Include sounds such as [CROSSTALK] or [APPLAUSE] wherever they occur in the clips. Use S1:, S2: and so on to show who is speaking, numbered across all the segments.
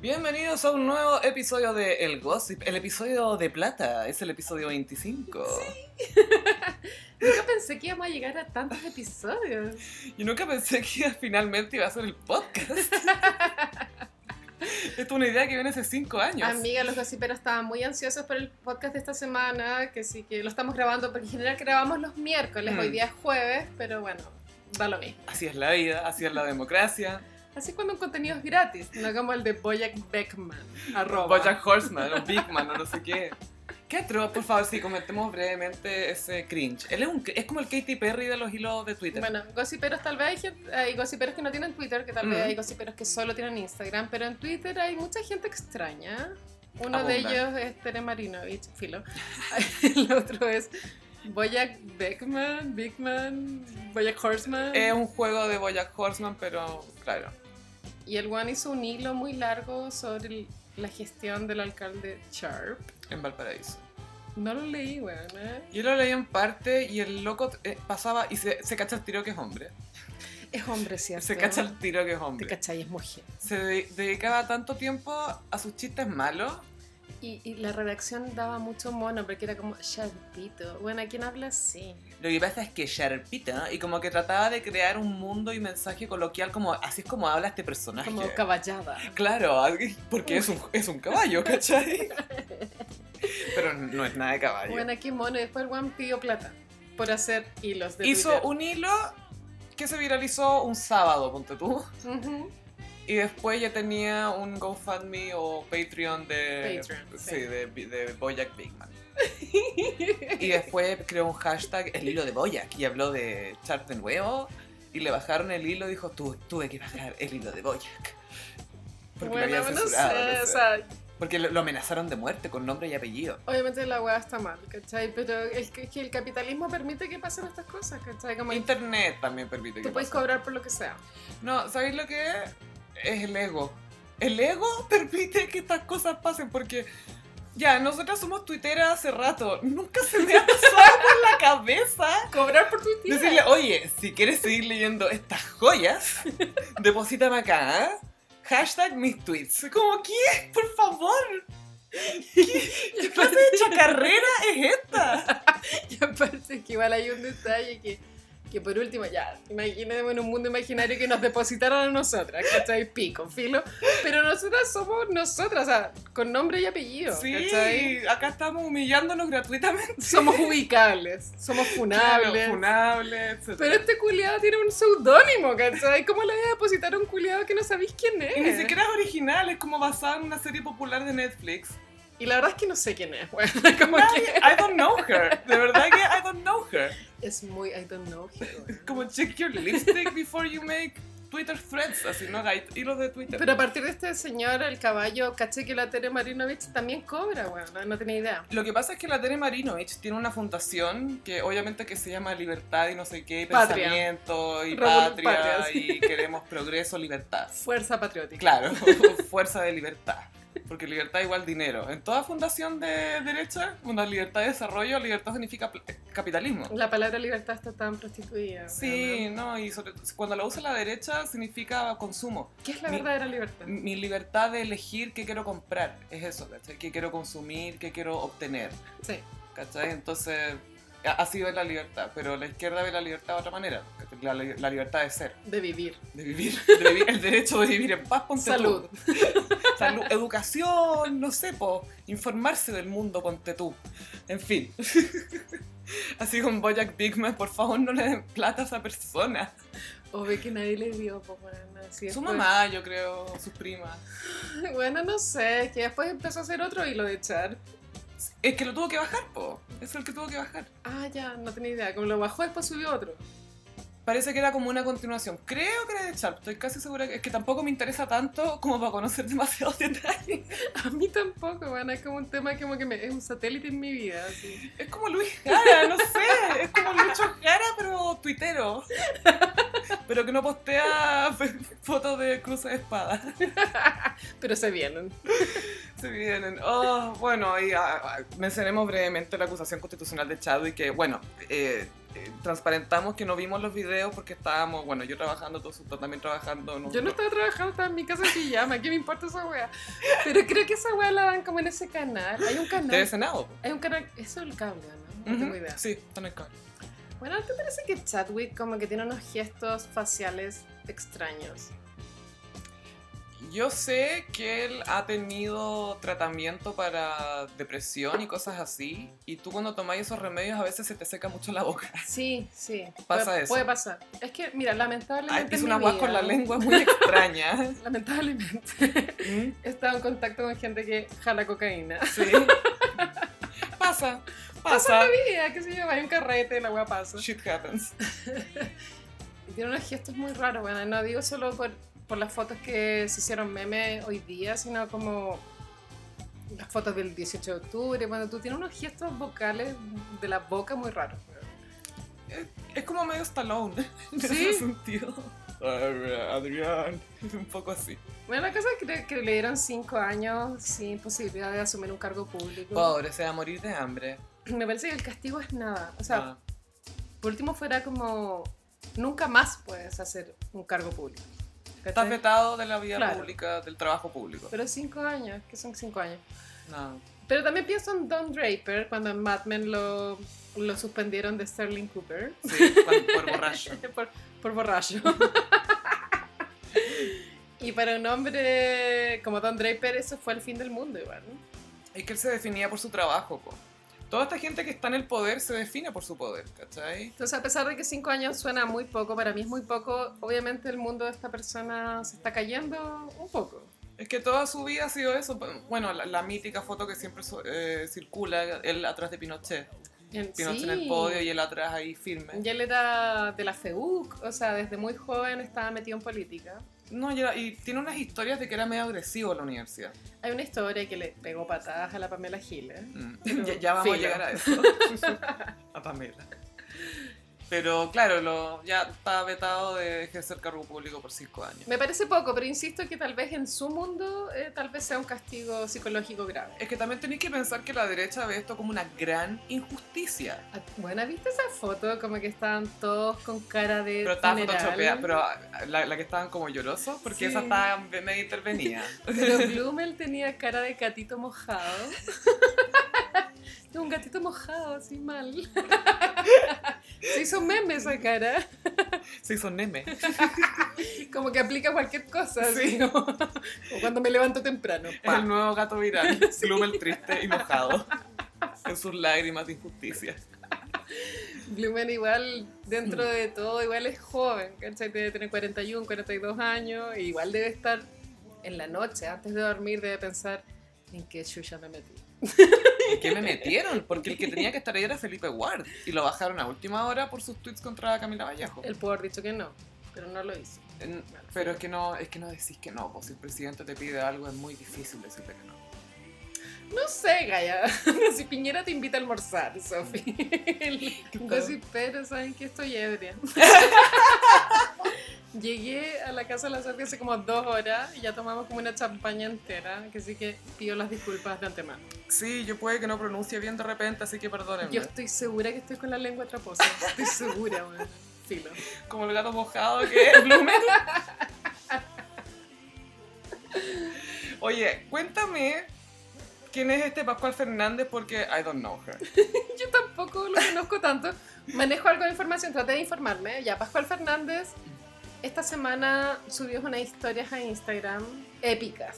S1: Bienvenidos a un nuevo episodio de El Gossip, el episodio de plata, es el episodio 25.
S2: Nunca pensé que íbamos a llegar a tantos episodios.
S1: Y nunca pensé que [LAUGHS] finalmente iba a ser el [LAUGHS] podcast. Esta es una idea que viene hace 5 años.
S2: Amiga, los gossiperos estaban muy ansiosos por el podcast de esta semana, que sí que lo estamos grabando, porque en general grabamos los miércoles,
S1: Mm.
S2: hoy día es jueves, pero bueno, da lo mismo.
S1: Así es la vida, así es la democracia.
S2: Así cuando un contenido es gratis, no como el de Boyack Beckman, arroba.
S1: Bojack Horseman, [LAUGHS] o Big Man, o no sé qué. ¿Qué atroz? Por favor, sí, comentemos brevemente ese cringe. Él es, un- es como el Katy Perry de los hilos de Twitter.
S2: Bueno, gossiperos tal vez hay, gente- hay gossiperos que no tienen Twitter, que tal vez
S1: Mm.
S2: hay gossiperos que solo tienen Instagram, pero en Twitter hay mucha gente extraña. Uno
S1: Abunda.
S2: de ellos es Tere Marinovich, filo. [LAUGHS] El otro es Boyack Beckman, Bigman, Boyack Horseman.
S1: Es Eh, un juego de Bojack Horseman, pero claro.
S2: Y el one hizo un hilo muy largo sobre el- la gestión del alcalde Sharp.
S1: en Valparaíso.
S2: No lo leí, weón. ¿eh?
S1: Yo lo leí en parte y el loco eh, pasaba y se, se cacha el tiro que es hombre.
S2: Es hombre, ¿cierto?
S1: Se cacha el tiro que es
S2: Te
S1: hombre.
S2: cachai, es mujer.
S1: Se de- dedicaba tanto tiempo a sus chistes malos.
S2: Y, y la redacción daba mucho mono porque era como Sharpito. Bueno, ¿a quién habla así?
S1: Lo que pasa es que Sharpita y como que trataba de crear un mundo y mensaje coloquial como así es como habla este personaje.
S2: Como caballada.
S1: claro, así- porque es un, es un caballo,
S2: [LAUGHS]
S1: ¿cachai? Pero no es nada de caballo.
S2: Bueno, qué mono. Y después Juan pidió plata por hacer hilos de
S1: Hizo
S2: Twitter.
S1: un hilo que se viralizó un sábado, ponte tú.
S2: Ujú.
S1: Y después ya tenía un GoFundMe o Patreon de.
S2: Patreon,
S1: sí,
S2: sí.
S1: de, de Bojack
S2: [LAUGHS]
S1: Bigman. Y después creó un hashtag, el hilo de Boyack, y habló de Sharp de nuevo. Y le bajaron el hilo, dijo, "Tu- tuve que bajar el hilo de Boyack. Porque lo
S2: Bueno,
S1: habían
S2: no
S1: censurado,
S2: sé,
S1: no sé.
S2: o sea,
S1: Porque lo, lo amenazaron de muerte con nombre y apellido.
S2: obviamente la weá está mal, ¿cachai? Pero es que, es que el capitalismo permite que pasen estas cosas, ¿cachai? Como
S1: Internet también permite que
S2: tú puedes
S1: pase.
S2: cobrar por lo que sea.
S1: No, ¿sabéis lo que es? Es el ego. El ego [LAUGHS] permite que estas cosas pasen porque ya, nosotras somos tuiteras hace rato. Nunca se me ha pasado por la
S2: [LAUGHS]
S1: cabeza
S2: Cobrar por tu tía.
S1: decirle, oye, si quieres seguir leyendo estas joyas,
S2: [LAUGHS]
S1: deposítame acá. ¿eh? Hashtag mis tweets. Como, ¿qué? Por favor.
S2: [LAUGHS]
S1: ¿Qué, qué clase de chacarrera es esta?
S2: [LAUGHS] Y aparte que igual hay un detalle que, que por último, ya, imaginemos en un mundo imaginario que nos depositaron a nosotras, ¿cachai? Pico, filo. Pero nosotras somos nosotras, o sea, con nombre y apellido, ¿cachai?
S1: Sí, acá estamos humillándonos gratuitamente.
S2: Somos ubicables, somos funables.
S1: Claro, funables, etcétera.
S2: Pero este culiado tiene un seudónimo, ¿cachai? ¿Cómo le vas a depositar a un culiado que no sabéis quién es?
S1: Y ni siquiera es original, es como basada en una serie popular de Netflix.
S2: Y la verdad es que no sé quién es, bueno, [LAUGHS] como
S1: Nadie- I don't know her. De verdad que I don't know her.
S2: que es muy I don't know. him, weón.
S1: Como check your lipstick before you make Twitter threads. Así no hagáis hilos de Twitter.
S2: Pero a partir de este señor, el caballo, caché que la Tere Marinovich también cobra, weón, no, no tenía idea.
S1: lo que pasa es que la Tere Marinovich tiene una fundación que obviamente que se llama Libertad y no sé qué, y
S2: Patria.
S1: pensamiento y
S2: Revol-
S1: patria,
S2: patria, sí.
S1: y queremos progreso, libertad.
S2: Fuerza patriótica. [LAUGHS]
S1: Claro, fuerza de libertad. Porque libertad igual dinero. En toda fundación de derecha, una libertad de desarrollo, libertad significa pl- capitalismo.
S2: La palabra libertad está tan prostituida.
S1: Sí, no, y sobre todo, cuando la usa la derecha significa consumo.
S2: weón. ¿Qué es la
S1: Mi-
S2: verdadera libertad?
S1: Mi libertad de elegir qué quiero comprar es eso, ¿cachai? ¿Qué quiero consumir, qué quiero obtener?
S2: Sí.
S1: ¿Cachai? Entonces, a- así ve la libertad, pero la izquierda ve la libertad de otra manera, ¿cachai? la, li- la libertad de ser,
S2: De vivir.
S1: de vivir, [LAUGHS] de vivir- el derecho de vivir en paz, ponte tú.
S2: Salud.
S1: Salud, educación, no sé, po, informarse del mundo, ponte tú. En fin. [LAUGHS] Así con Bojack Bigman, por favor no le den plata a esa persona.
S2: O ve que nadie le dio, pues, weón, así
S1: Su
S2: [LAUGHS] después-
S1: mamá, yo creo, sus primas.
S2: Bueno, no sé, que después empezó a hacer otro hilo de char.
S1: Es que lo tuvo que bajar, po. Es el que tuvo que bajar.
S2: Ah, ya, no tenía idea. Como lo bajó, después subió otro. [LAUGHS]
S1: Parece que era como una continuación. Creo que era de Sharp, estoy casi segura. que- Es que tampoco me interesa tanto como para conocer [LAUGHS] demasiados detalles.
S2: A mí tampoco, bueno, es como un tema como que me- es un satélite en mi vida. así.
S1: Es como Luis Jara, no sé. Es como Lucho Jara, pero tuitero. Pero que no postea [LAUGHS] f- fotos de cruces de espada.
S2: Pero se vienen.
S1: Se vienen. Oh, bueno, y ah, ah, mencionemos brevemente la acusación constitucional de Chadwick, que, bueno, eh, eh, transparentamos que no vimos los videos porque estábamos, bueno, yo trabajando, todo su también trabajando.
S2: Yo no estaba trabajando, estaba en mi casa en pijama, ¿qué me importa esa wea? Pero creo que esa wea la dan como en ese canal. Hay un
S1: ¿Te
S2: canal.
S1: cenado? po.
S2: Hay un canal. Eso es el cable, ¿no? No
S1: Ujú,
S2: tengo idea.
S1: Sí, está en el cable.
S2: Bueno, ¿te parece que Chadwick como que tiene unos gestos faciales extraños?
S1: Yo sé que él ha tenido tratamiento para depresión y cosas así, y tú cuando tomás esos remedios a veces se te seca mucho la boca.
S2: Sí, sí.
S1: Pasa
S2: puede,
S1: eso.
S2: Puede pasar. Es que, mira,
S1: Ay,
S2: lamentablemente.
S1: es
S2: en
S1: una
S2: mi
S1: guas con
S2: vida-
S1: la lengua muy extraña.
S2: [LAUGHS] Lamentablemente.
S1: ¿Mm?
S2: He estado en contacto con gente que jala cocaína. [LAUGHS]
S1: Sí. Pasa, pasa.
S2: Mira, ah, qué sé yo, hay un carrete, la wea pasa.
S1: Shit happens.
S2: Y Tiene unos gestos muy raros, bueno, no digo solo por, por las fotos que se hicieron meme hoy día, sino como las fotos del 18 de octubre, cuando tú tienes unos gestos vocales de la boca muy raros.
S1: Es como medio Stallone [LAUGHS] en
S2: Sí.
S1: ese sentido. Ay, Adrián, es un poco así.
S2: Bueno, la cosa es que, le- que le dieron cinco años sin posibilidad de asumir un cargo público.
S1: Pobre, se va a morir de hambre.
S2: [CLEARS THROAT] Me parece que el castigo es nada. O sea,
S1: Ah.
S2: por último fuera como, nunca más puedes hacer un cargo público.
S1: Estás
S2: ¿cachai?
S1: vetado de la vida
S2: Claro.
S1: pública, del trabajo público.
S2: Pero cinco años, que son cinco años.
S1: [LAUGHS] No.
S2: Pero también pienso en Don Draper cuando en Mad Men lo, lo suspendieron de Sterling Cooper
S1: Sí, cuan- por borracho.
S2: [LAUGHS] por, por borracho. [LAUGHS] y para un hombre como Don Draper eso fue el fin del mundo igual. ¿no?
S1: Es que él se definía por su trabajo, po. Toda esta gente que está en el poder se define por su poder, ¿cachai?
S2: Entonces a pesar de que cinco años suena muy poco, para mí es muy poco, obviamente el mundo de esta persona se está cayendo un poco.
S1: Es que toda su vida ha sido eso. po. Bueno, la, la mítica foto que siempre so- eh, circula, él atrás de Pinochet.
S2: En-
S1: Pinochet en el
S2: sí.
S1: podio y él atrás ahí firme.
S2: Y él era de la FEUC, o sea, desde muy joven estaba metido en política.
S1: No, y, era- y tiene unas historias de que era medio agresivo en la universidad.
S2: Hay una historia que le pegó patadas a la Pamela Giles.
S1: Mm.
S2: Pero
S1: Ya, ya vamos a
S2: filo.
S1: llegar a eso. [LAUGHS] a Pamela. Pero claro, lo, ya está vetado de ejercer cargo público por cinco años.
S2: Me parece poco, pero insisto que tal vez en su mundo eh, tal vez sea un castigo psicológico grave.
S1: Es que también tenéis que pensar que la derecha ve esto como una gran injusticia.
S2: Ah, Bueno, ¿viste esa foto? Como que estaban todos con cara de
S1: Pero estaba
S2: funeral.
S1: photoshopeada, pero ah, la, la que estaban como llorosos, porque
S2: Sí.
S1: esa estaba medio [LAUGHS] intervenida.
S2: Pero Blumel tenía cara de gatito mojado. De un gatito mojado, así mal. Se hizo meme esa cara.
S1: Se hizo neme.
S2: Como que aplica cualquier cosa.
S1: Sí.
S2: así como- o cuando me levanto temprano.
S1: Es
S2: pa.
S1: el nuevo gato viral, [LAUGHS] Blumel triste y mojado, en sus lágrimas de injusticia.
S2: Blumen igual, dentro de todo, igual es joven, ¿cachai? Debe tener 41, 42 años, e igual debe estar en la noche, antes de dormir, debe pensar en qué chucha me metí.
S1: ¿En qué me metieron? Porque el que tenía [LAUGHS] que estar ahí era Felipe Ward, y lo bajaron a última hora por sus tweets contra Camila Vallejo.
S2: Él pudo haber dicho que no, pero no lo hizo.
S1: En- Pero es que no, es que no decís que no, pues si el presidente te pide algo es muy difícil decirle que no.
S2: No sé, Gaya, [LAUGHS] si Piñera te invita a almorzar, Sofi. Gossip, pero saben que estoy ebria. Llegué a la casa de la Sofi hace como dos horas y ya tomamos como una champaña entera, que sí que pido las disculpas de antemano.
S1: Sí, yo puede que no pronuncie bien de repente, así que perdónenme.
S2: Yo estoy segura que estoy con la lengua traposa. Estoy segura, weón. Filo.
S1: Como el gato mojado que es [LAUGHS] Blumen. Oye, cuéntame quién es este Pascual Fernández porque I don't know her.
S2: [LAUGHS] Yo tampoco lo conozco tanto. Manejo algo de información, traté de informarme. Ya, Pascual Fernández esta semana subió unas historias a Instagram épicas.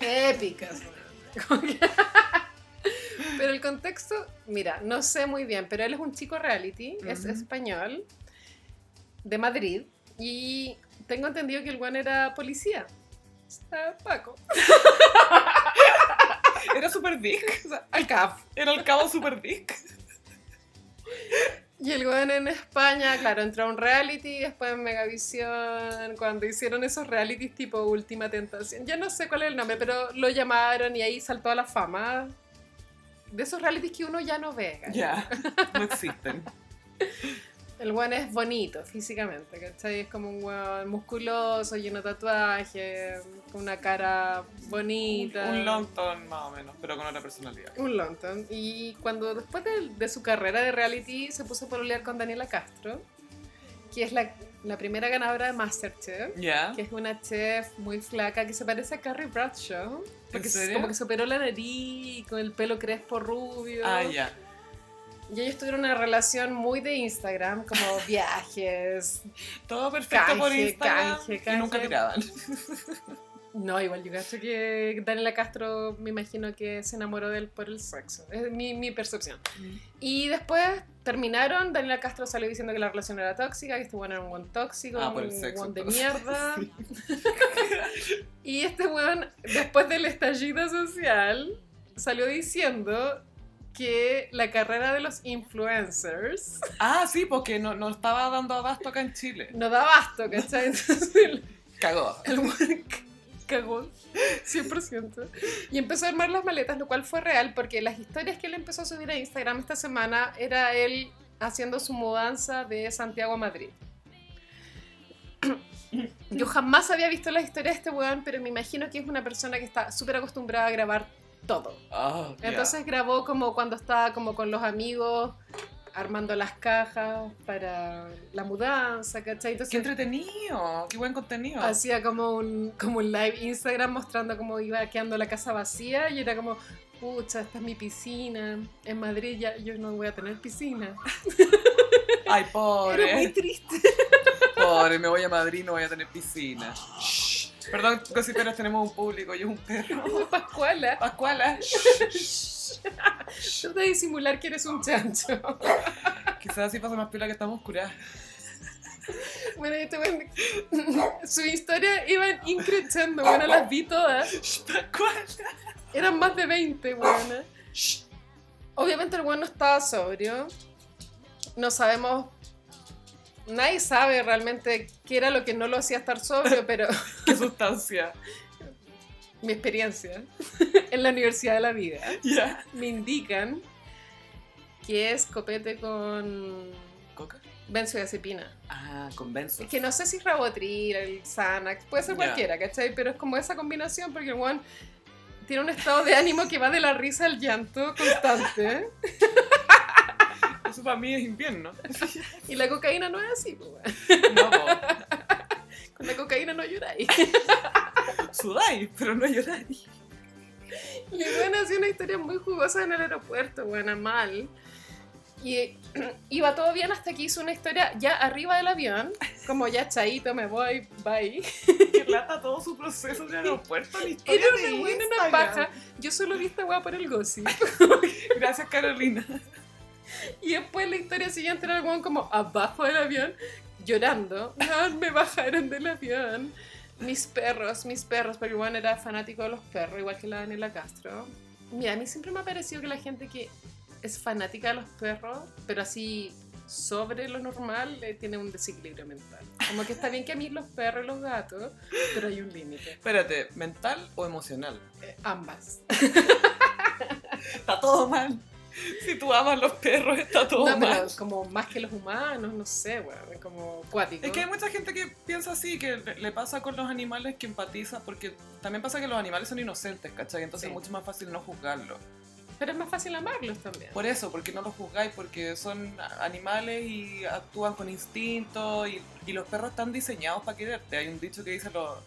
S2: Épicas. weón. Como que- [LAUGHS] Pero el contexto, mira, no sé muy bien, pero él es un chico reality, es
S1: Ujú.
S2: español, de Madrid, y tengo entendido que el guan era policía. Está Paco.
S1: Era Super Dick, o sea, [LAUGHS]
S2: Al CAF.
S1: era el cabo Super Dick.
S2: Y el weón en España, claro, entró a un reality, después en Megavisión, cuando hicieron esos realities tipo Última Tentación, ya no sé cuál es el nombre, pero lo llamaron y ahí saltó a la fama de esos realities que uno ya no ve.
S1: Ya,
S2: ¿cachai?
S1: no existen.
S2: El weón es bonito físicamente, ¿cachai? Es como un weón musculoso, lleno de tatuajes, con una cara bonita.
S1: Un Longton más o menos, pero con otra personalidad.
S2: Un Longton. Y cuando después de, de su carrera de reality se puso a pololear con Daniela Castro, que es la, la primera ganadora de Masterchef,
S1: ¿Ya?
S2: que es una chef muy flaca que se parece a Carrie Bradshaw, porque
S1: ¿En
S2: se-
S1: serio?
S2: como que se operó la nariz, con el pelo crespo rubio.
S1: Ah, ya.
S2: Y ellos tuvieron una relación muy de Instagram, como [LAUGHS] viajes.
S1: Todo perfecto por
S2: Canje,
S1: Instagram
S2: canje,
S1: y
S2: canje.
S1: nunca tiraban.
S2: No, igual yo cacho que Daniela Castro me imagino que se enamoró de él por el sexo. Es mi, mi percepción.
S1: Mm.
S2: Y después terminaron, Daniela Castro salió diciendo que la relación era tóxica, que este weón era un buen tóxico,
S1: Ah, por el
S2: un
S1: sexo,
S2: buen de
S1: entonces. [LAUGHS]
S2: mierda. [LAUGHS] y este weón, después del estallido social, salió diciendo que la carrera de los influencers
S1: Ah, sí, porque no, no estaba dando abasto acá en Chile.
S2: no da abasto,
S1: [LAUGHS]
S2: ¿cachai? Entonces el-
S1: Cagó.
S2: El weón c- cagó 100%. Y empezó a armar las maletas, lo cual fue real porque las historias que él empezó a subir a Instagram esta semana era él haciendo su mudanza de Santiago a Madrid. Yo jamás había visto las historias de este weón, pero me imagino que es una persona que está súper acostumbrada a grabar todo.
S1: Oh, ya.
S2: Entonces grabó como cuando estaba como con los amigos, armando las cajas para la mudanza, ¿cachai? Entonces,
S1: Qué entretenido, qué buen contenido.
S2: Hacía como un, como un live Instagram mostrando cómo iba quedando la casa vacía y era como, pucha, esta es mi piscina. En Madrid ya yo no voy a tener piscina.
S1: Ay,
S2: Era muy
S1: pobre,
S2: triste.
S1: pobre, me voy a Madrid, no voy a tener piscina. Shh. Perdón, cosiperos, tenemos un público y un perro. Ah,
S2: Muy
S1: [LAUGHS]
S2: pascuala.
S1: Pascuala.
S2: [LAUGHS] Trata de disimular que eres un chancho.
S1: Quizás así pasa más pila que estamos curadas.
S2: Bueno, este weón- [LAUGHS] su historia iban increchando, bueno, las vi todas.
S1: Pascuala.
S2: Eran más de 20, weón. Obviamente el weón no estaba sobrio. No sabemos. Nadie sabe realmente qué era lo que no lo hacía estar sobrio, pero [LAUGHS]
S1: Qué sustancia.
S2: mi experiencia [LAUGHS] en la Universidad de la Vida
S1: Ya.
S2: me indican que es copete con
S1: ¿Coca?
S2: benzodiazepina.
S1: Ah, convenzo.
S2: Es que no sé si es Rabotril, el Xanax, puede ser
S1: Ya.
S2: cualquiera, ¿cachai? Pero es como esa combinación porque el weón tiene un estado de ánimo que va de la risa al llanto constante.
S1: Eso para mí es invierno.
S2: Y la cocaína no es así, pues, weón.
S1: No, po.
S2: con la cocaína no lloráis.
S1: sudáis, pero no
S2: [LAUGHS]
S1: lloráis.
S2: Y bueno, hacía una historia muy jugosa en el aeropuerto, buena, mal. Y [CLEARS THROAT] eh, iba todo bien hasta que hizo una historia ya arriba del avión, como ya chaito, me voy, bye.
S1: Que lata todo su proceso de aeropuerto, la historia
S2: Era
S1: de
S2: una buena, una
S1: Instagram.
S2: paja. Yo solo vi esta weá por el gossip.
S1: Gracias, Carolina.
S2: Y después la historia siguiente era el weón como abajo del avión, llorando. No, me bajaron del avión. Mis perros, mis perros, porque el weón era fanático de los perros, igual que la Daniela Castro. Mira, a mí siempre me ha parecido que la gente que es fanática de los perros, pero así sobre lo normal, eh, tiene un desequilibrio mental. Como que está bien que a mí los perros y los gatos, pero hay un límite.
S1: Espérate, ¿mental o emocional?
S2: Eh, ambas.
S1: Está todo mal. Si tú amas los perros, está todo
S2: No, pero
S1: mal.
S2: como más que los humanos, no sé, weón, como cuático.
S1: Es que hay mucha gente que piensa así, que le le pasa con los animales que empatiza, porque también pasa que los animales son inocentes, ¿cachai? Entonces
S2: Sí.
S1: es mucho más fácil no juzgarlos.
S2: Pero es más fácil amarlos también.
S1: Por eso, porque no los juzgáis, porque son animales y actúan con instinto, y, y los perros están diseñados para quererte. Hay un dicho que dice, "Lo-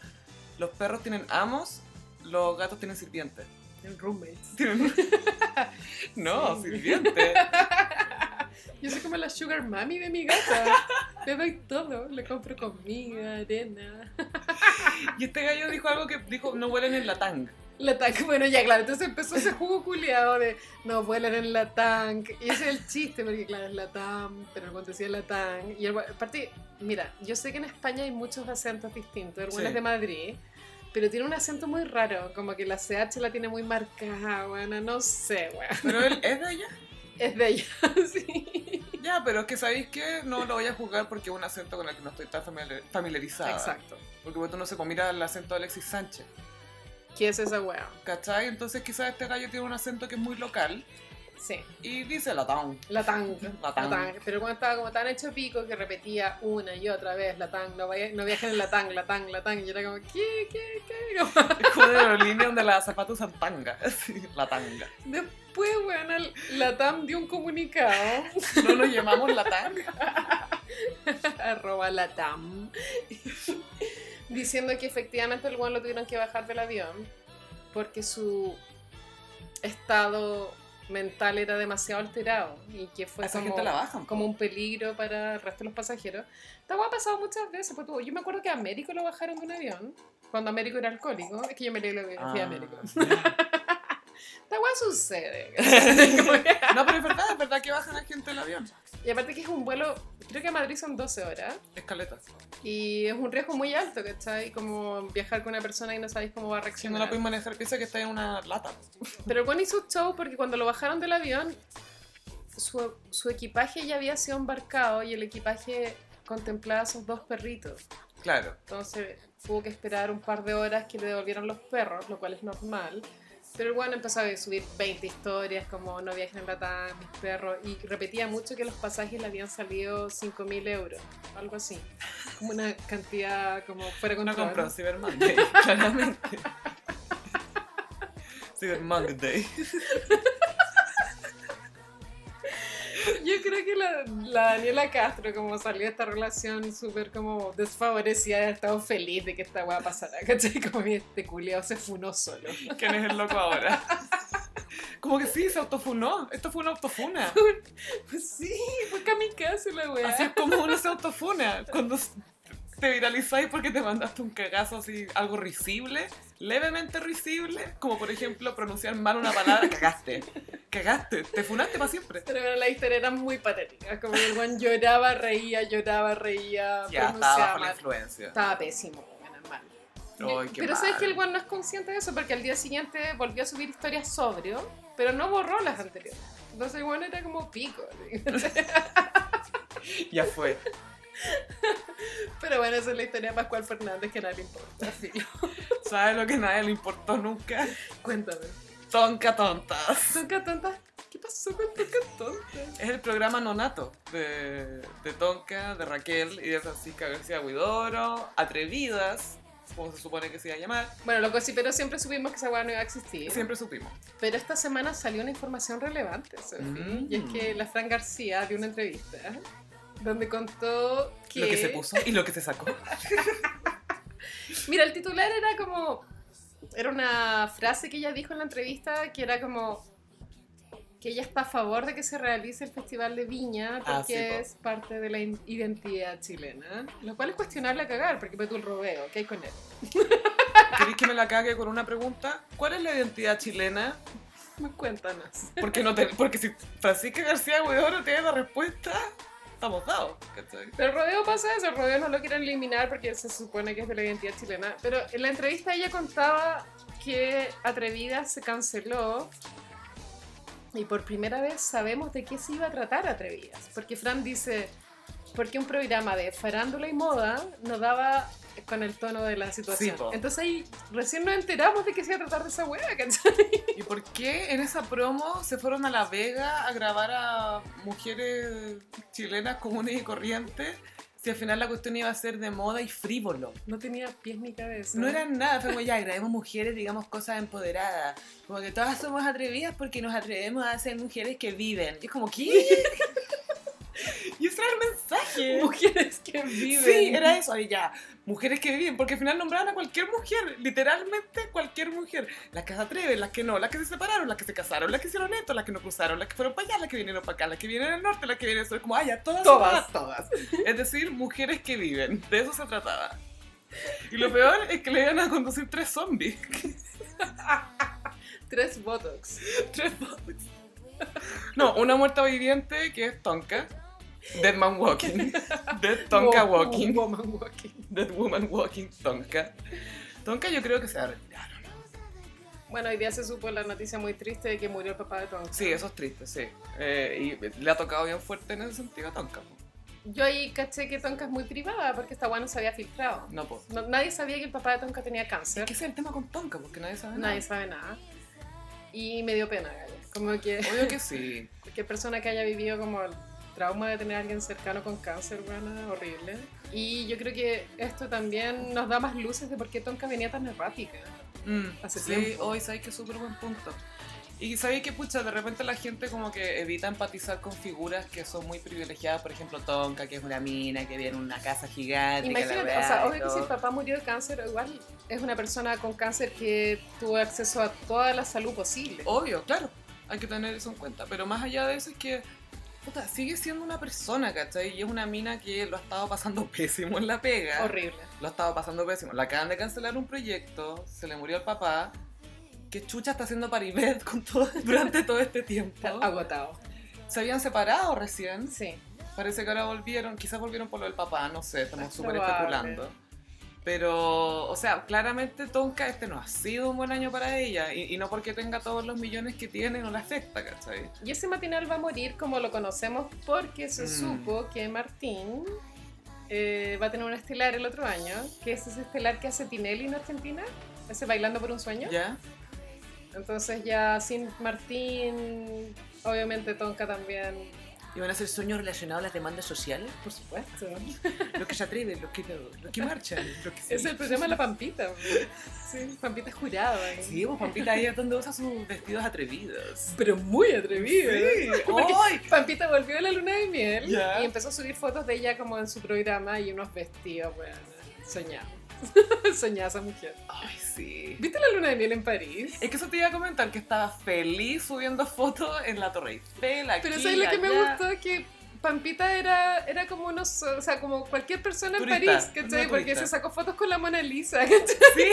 S1: los perros tienen amos, los gatos tienen sirvientes. [LAUGHS]
S2: En roommates.
S1: Tienen- [LAUGHS] no,
S2: Sí.
S1: sirvientes.
S2: [LAUGHS] Yo soy como la sugar mami de mi gata. Le doy todo, le compro comida, arena.
S1: Y este gallo dijo algo que dijo, no huelen en la tang.
S2: La tank, bueno, ya claro, entonces empezó ese jugo culiado de no vuelan en la tank. Y ese es el chiste, porque claro, es la tank, pero cuando decía la tank. Y el gua- aparte, mira, yo sé que en España hay muchos acentos distintos. El bueno
S1: Sí.
S2: es de Madrid, pero tiene un acento muy raro, como que la CH la tiene muy marcada, bueno, no sé, bueno.
S1: Pero él es de allá.
S2: Es de ella, [LAUGHS] sí.
S1: Ya, pero es que sabéis que no lo voy a juzgar porque es un acento con el que no estoy tan familiar- familiarizada.
S2: Exacto.
S1: Porque vos no se mira el acento de Alexis Sánchez.
S2: ¿Qué es esa weá?
S1: ¿Cachai? Entonces quizás este gallo tiene un acento que es muy local
S2: Sí,
S1: Y dice la tang.
S2: la tang.
S1: La tang.
S2: Pero cuando estaba como tan hecho pico que repetía una y otra vez la tang, no, vaya- no viajen en la tang, la tang, la tang. Y era como, ¿qué, qué, qué? Como-
S1: Es como una aerolínea donde las zapatos usan tanga. [LAUGHS] Sí, La tanga.
S2: Después, bueno, la TAM dio un comunicado, [LAUGHS]
S1: No nos llamamos la tanga.
S2: arroba la TAM, [LAUGHS] diciendo que efectivamente el weón lo tuvieron que bajar del avión porque su estado mental era demasiado alterado y que
S1: A
S2: fue
S1: esa
S2: Pues como,
S1: gente la bajan.
S2: como un peligro para el resto de los pasajeros. Esta weá ha pasado muchas veces. pues, tú- yo me acuerdo que a Américo lo bajaron de un avión cuando Américo era alcohólico. Es que yo me leí la biografía de
S1: [LAUGHS]
S2: Américo.
S1: Ah.
S2: Esta weá
S1: [LAUGHS]
S2: sucede. ¿cachai? Como que-
S1: No, pero es verdad, es verdad que bajan a gente del avión.
S2: Y aparte que es un vuelo, creo que a Madrid son 12 horas,
S1: Escaletas.
S2: y es un riesgo muy alto, ¿cachai? Como viajar con una persona y no sabéis cómo va a
S1: Si no
S2: reaccionar.
S1: la puedes manejar, piensa que está en una lata.
S2: Pero el weón hizo show porque cuando lo bajaron del avión, su, su equipaje ya había sido embarcado y el equipaje contemplaba a sus dos perritos.
S1: Claro.
S2: Entonces tuvo que esperar un par de horas que le devolvieran los perros, lo cual es normal. Pero el weón empezó a subir 20 historias como no viajen en Latam, mis perros, y repetía mucho que los pasajes le habían salido 5.000 euros, algo así. Como una cantidad como fuera de
S1: No
S2: control.
S1: compró Cyber Monday, [LAUGHS] claramente. Cyber Monday.
S2: [LAUGHS] Yo creo que la, la Daniela Castro, como salió de esta relación súper como desfavorecida, ha estado feliz de que esta weá pasara, [LAUGHS] ¿cachai? Como que este culiao se funó
S1: [LAUGHS]
S2: solo.
S1: ¿Quién es el loco ahora? Como que sí, se autofunó. Esto fue una autofuna.
S2: Pues sí, fue kamikaze la weá.
S1: Así es como uno se autofuna. Cuando te viralizáis porque te mandaste un cagazo así, algo risible, levemente risible, como por ejemplo pronunciar mal una palabra, [LAUGHS] cagaste. Cagaste, te funaste para siempre.
S2: Pero bueno, las historias eran muy patéticas. Como que el weón lloraba, reía, lloraba, reía.
S1: Ya, estaba
S2: pronunciaba
S1: bajo la
S2: mal.
S1: influencia.
S2: Estaba pésimo, bueno, mal.
S1: Ay, qué
S2: pero sabes
S1: mal.
S2: que el weón no es consciente de eso porque al día siguiente volvió a subir historias sobrio, pero no borró las anteriores. Entonces el weón era como pico. así. [LAUGHS]
S1: Ya fue.
S2: Pero bueno, esa es la historia de Pascual Fernández que a nadie le importa. filo.
S1: ¿Sabes lo que a nadie le importó nunca?
S2: [LAUGHS] Cuéntame.
S1: Tonca tontas.
S2: Tonka Tonta, ¿qué pasó con Tonka Tonta?
S1: Es el programa nonato de, de Tonka, de Raquel y de Francisca García Huidoro, Atrevidas, como se supone que se iba a llamar.
S2: Bueno, loco, sí, pero siempre supimos que esa weá no iba a existir.
S1: Siempre supimos.
S2: Pero esta semana salió una información relevante, Sofi,
S1: Mm.
S2: y es que la Fran García dio una entrevista donde contó que...
S1: Lo que se puso y lo que se sacó.
S2: Mira, el titular era como... Era una frase que ella dijo en la entrevista que era como que ella está a favor de que se realice el Festival de Viña porque
S1: Ah, sí, po.
S2: es parte de la in- identidad chilena. Lo cual es cuestionable a cagar, porque fue tu rodeo, ¿qué hay con él?
S1: ¿Queréis que me la cague con una pregunta? ¿Cuál es la identidad chilena?
S2: Cuéntanos.
S1: Porque, no te- porque si Francisca García Huidoro tiene la respuesta, estamos dados. ¿cachai?
S2: Pero el rodeo pasa eso, el rodeo no lo quieren eliminar porque se supone que es de la identidad chilena. Pero en la entrevista ella contaba que Atrevida se canceló y por primera vez sabemos de qué se iba a tratar Atrevidas. Porque Fran dice, porque un programa de farándula y moda nos daba con el tono de la situación.
S1: Sí, po.
S2: Entonces ahí recién nos enteramos de que se iba a tratar de esa hueá, ¿cachai?
S1: ¿Y por qué en esa promo se fueron a La Vega a grabar a mujeres chilenas comunes y corrientes si al final la cuestión iba a ser de moda y frívolo?
S2: No tenía pies ni cabeza.
S1: No eran nada, fue como ya, grabemos mujeres, digamos cosas empoderadas. Como que todas somos atrevidas porque nos atrevemos a ser mujeres que viven. Y es como, ¿qué? [LAUGHS] y ese era el mensaje.
S2: [LAUGHS] mujeres que viven.
S1: Sí, era eso, y ya, mujeres que viven, porque al final nombraban a cualquier mujer, literalmente cualquier mujer. Las que se atreven, las que no, las que se separaron, las que se casaron, las que hicieron esto, las que no cruzaron, las que fueron para allá, las que vinieron para acá, las que vinieron al norte, las que vinieron al sur, como, ah, ya, todas. somos
S2: Todas, todas.
S1: es decir, mujeres que viven. De eso se trataba. Y lo peor es que le iban a conducir tres zombies.
S2: Tres botox.
S1: Tres zombies. No, una muerta viviente que es Tonka. Dead man walking. Dead Tonka
S2: Wo-
S1: walking.
S2: Woman walking.
S1: Dead woman walking Tonka. Tonka yo creo que se va a retirar.
S2: Bueno, hoy día se supo la noticia muy triste de que murió el papá de Tonka.
S1: Sí, eso es triste, sí. Eh, y le ha tocado bien fuerte en ese sentido a Tonka. po.
S2: Yo ahí caché que Tonka es muy privada porque esta weá no se había filtrado.
S1: No, pues.
S2: No- nadie sabía que el papá de Tonka tenía
S1: Es
S2: cáncer.
S1: que ese es el tema con Tonka, porque nadie sabe nada.
S2: Nadie sabe nada. Y me dio pena, Gaya. Como que
S1: Obvio que sí.
S2: cualquier persona que haya vivido como el trauma de tener a alguien cercano con cáncer, bueno, es horrible. Y yo creo que esto también nos da más luces de por qué Tonka venía tan errática.
S1: Mm,
S2: Hace
S1: sí,
S2: este tiempo.
S1: hoy sabéis que es súper buen punto. Y sabéis que, pucha, de repente la gente como que evita empatizar con figuras que son muy privilegiadas. Por ejemplo, Tonka, que es una mina, que vive en una casa gigante. que la
S2: Imagínate, o
S1: weá
S2: sea,
S1: y
S2: obvio que si
S1: todo.
S2: el papá murió de cáncer, igual es una persona con cáncer que tuvo acceso a toda la salud posible.
S1: Obvio, claro, hay que tener eso en cuenta. Pero más allá de eso es que, puta, sigue siendo una persona, ¿cachai? Y es una mina que lo ha estado pasando [LAUGHS] pésimo en la pega.
S2: Horrible.
S1: Lo ha estado pasando pésimo. Le acaban de cancelar un proyecto, se le murió el papá. ¿Qué chucha está haciendo Paribet con todo, [LAUGHS] durante todo este tiempo?
S2: Agotado.
S1: Se habían separado recién.
S2: Sí.
S1: Parece que ahora volvieron, quizás volvieron por lo del papá, no sé, estamos
S2: Es
S1: súper
S2: probable.
S1: especulando. Pero, o sea, claramente Tonka este no ha sido un buen año para ella. Y, y no porque tenga todos los millones que tiene, no la afecta, ¿cachai?
S2: Y ese matinal va a morir como lo conocemos porque se
S1: Mm.
S2: supo que Martín eh, va a tener un estelar el otro año, que es ese estelar que hace Tinelli en Argentina, ese Bailando por un Sueño.
S1: ¿Ya?
S2: Entonces ya sin Martín, obviamente Tonka también,
S1: Y van a ser sueños relacionados a las demandas sociales.
S2: por supuesto.
S1: Los que se atreven, los que, los que marchan. Los que
S2: Es el programa La Pampita. Sí, Pampita es jurada. ¿eh?
S1: Sí, pues Pampita ahí es donde usa sus vestidos atrevidos.
S2: Pero muy atrevida. Porque-
S1: ¡Ay!
S2: Pampita volvió a la luna de miel
S1: Ya.
S2: y empezó a subir fotos de ella como en su programa y unos vestidos, weón. [LAUGHS] Soñaba. Soñaba esa mujer.
S1: ¡Ay, sí!
S2: ¿Viste la luna de miel en París?
S1: Es que eso te iba a comentar, que estaba feliz subiendo fotos en la Torre Eiffel, aquí,
S2: Pero ¿sabes lo que me
S1: allá.
S2: gustó? Que Pampita era, era como unos, o sea, como cualquier persona en
S1: Turista,
S2: París,
S1: una
S2: ¿cachai? Porque
S1: turista.
S2: se sacó fotos con la Mona Lisa, [LAUGHS] ¿cachai?
S1: Sí.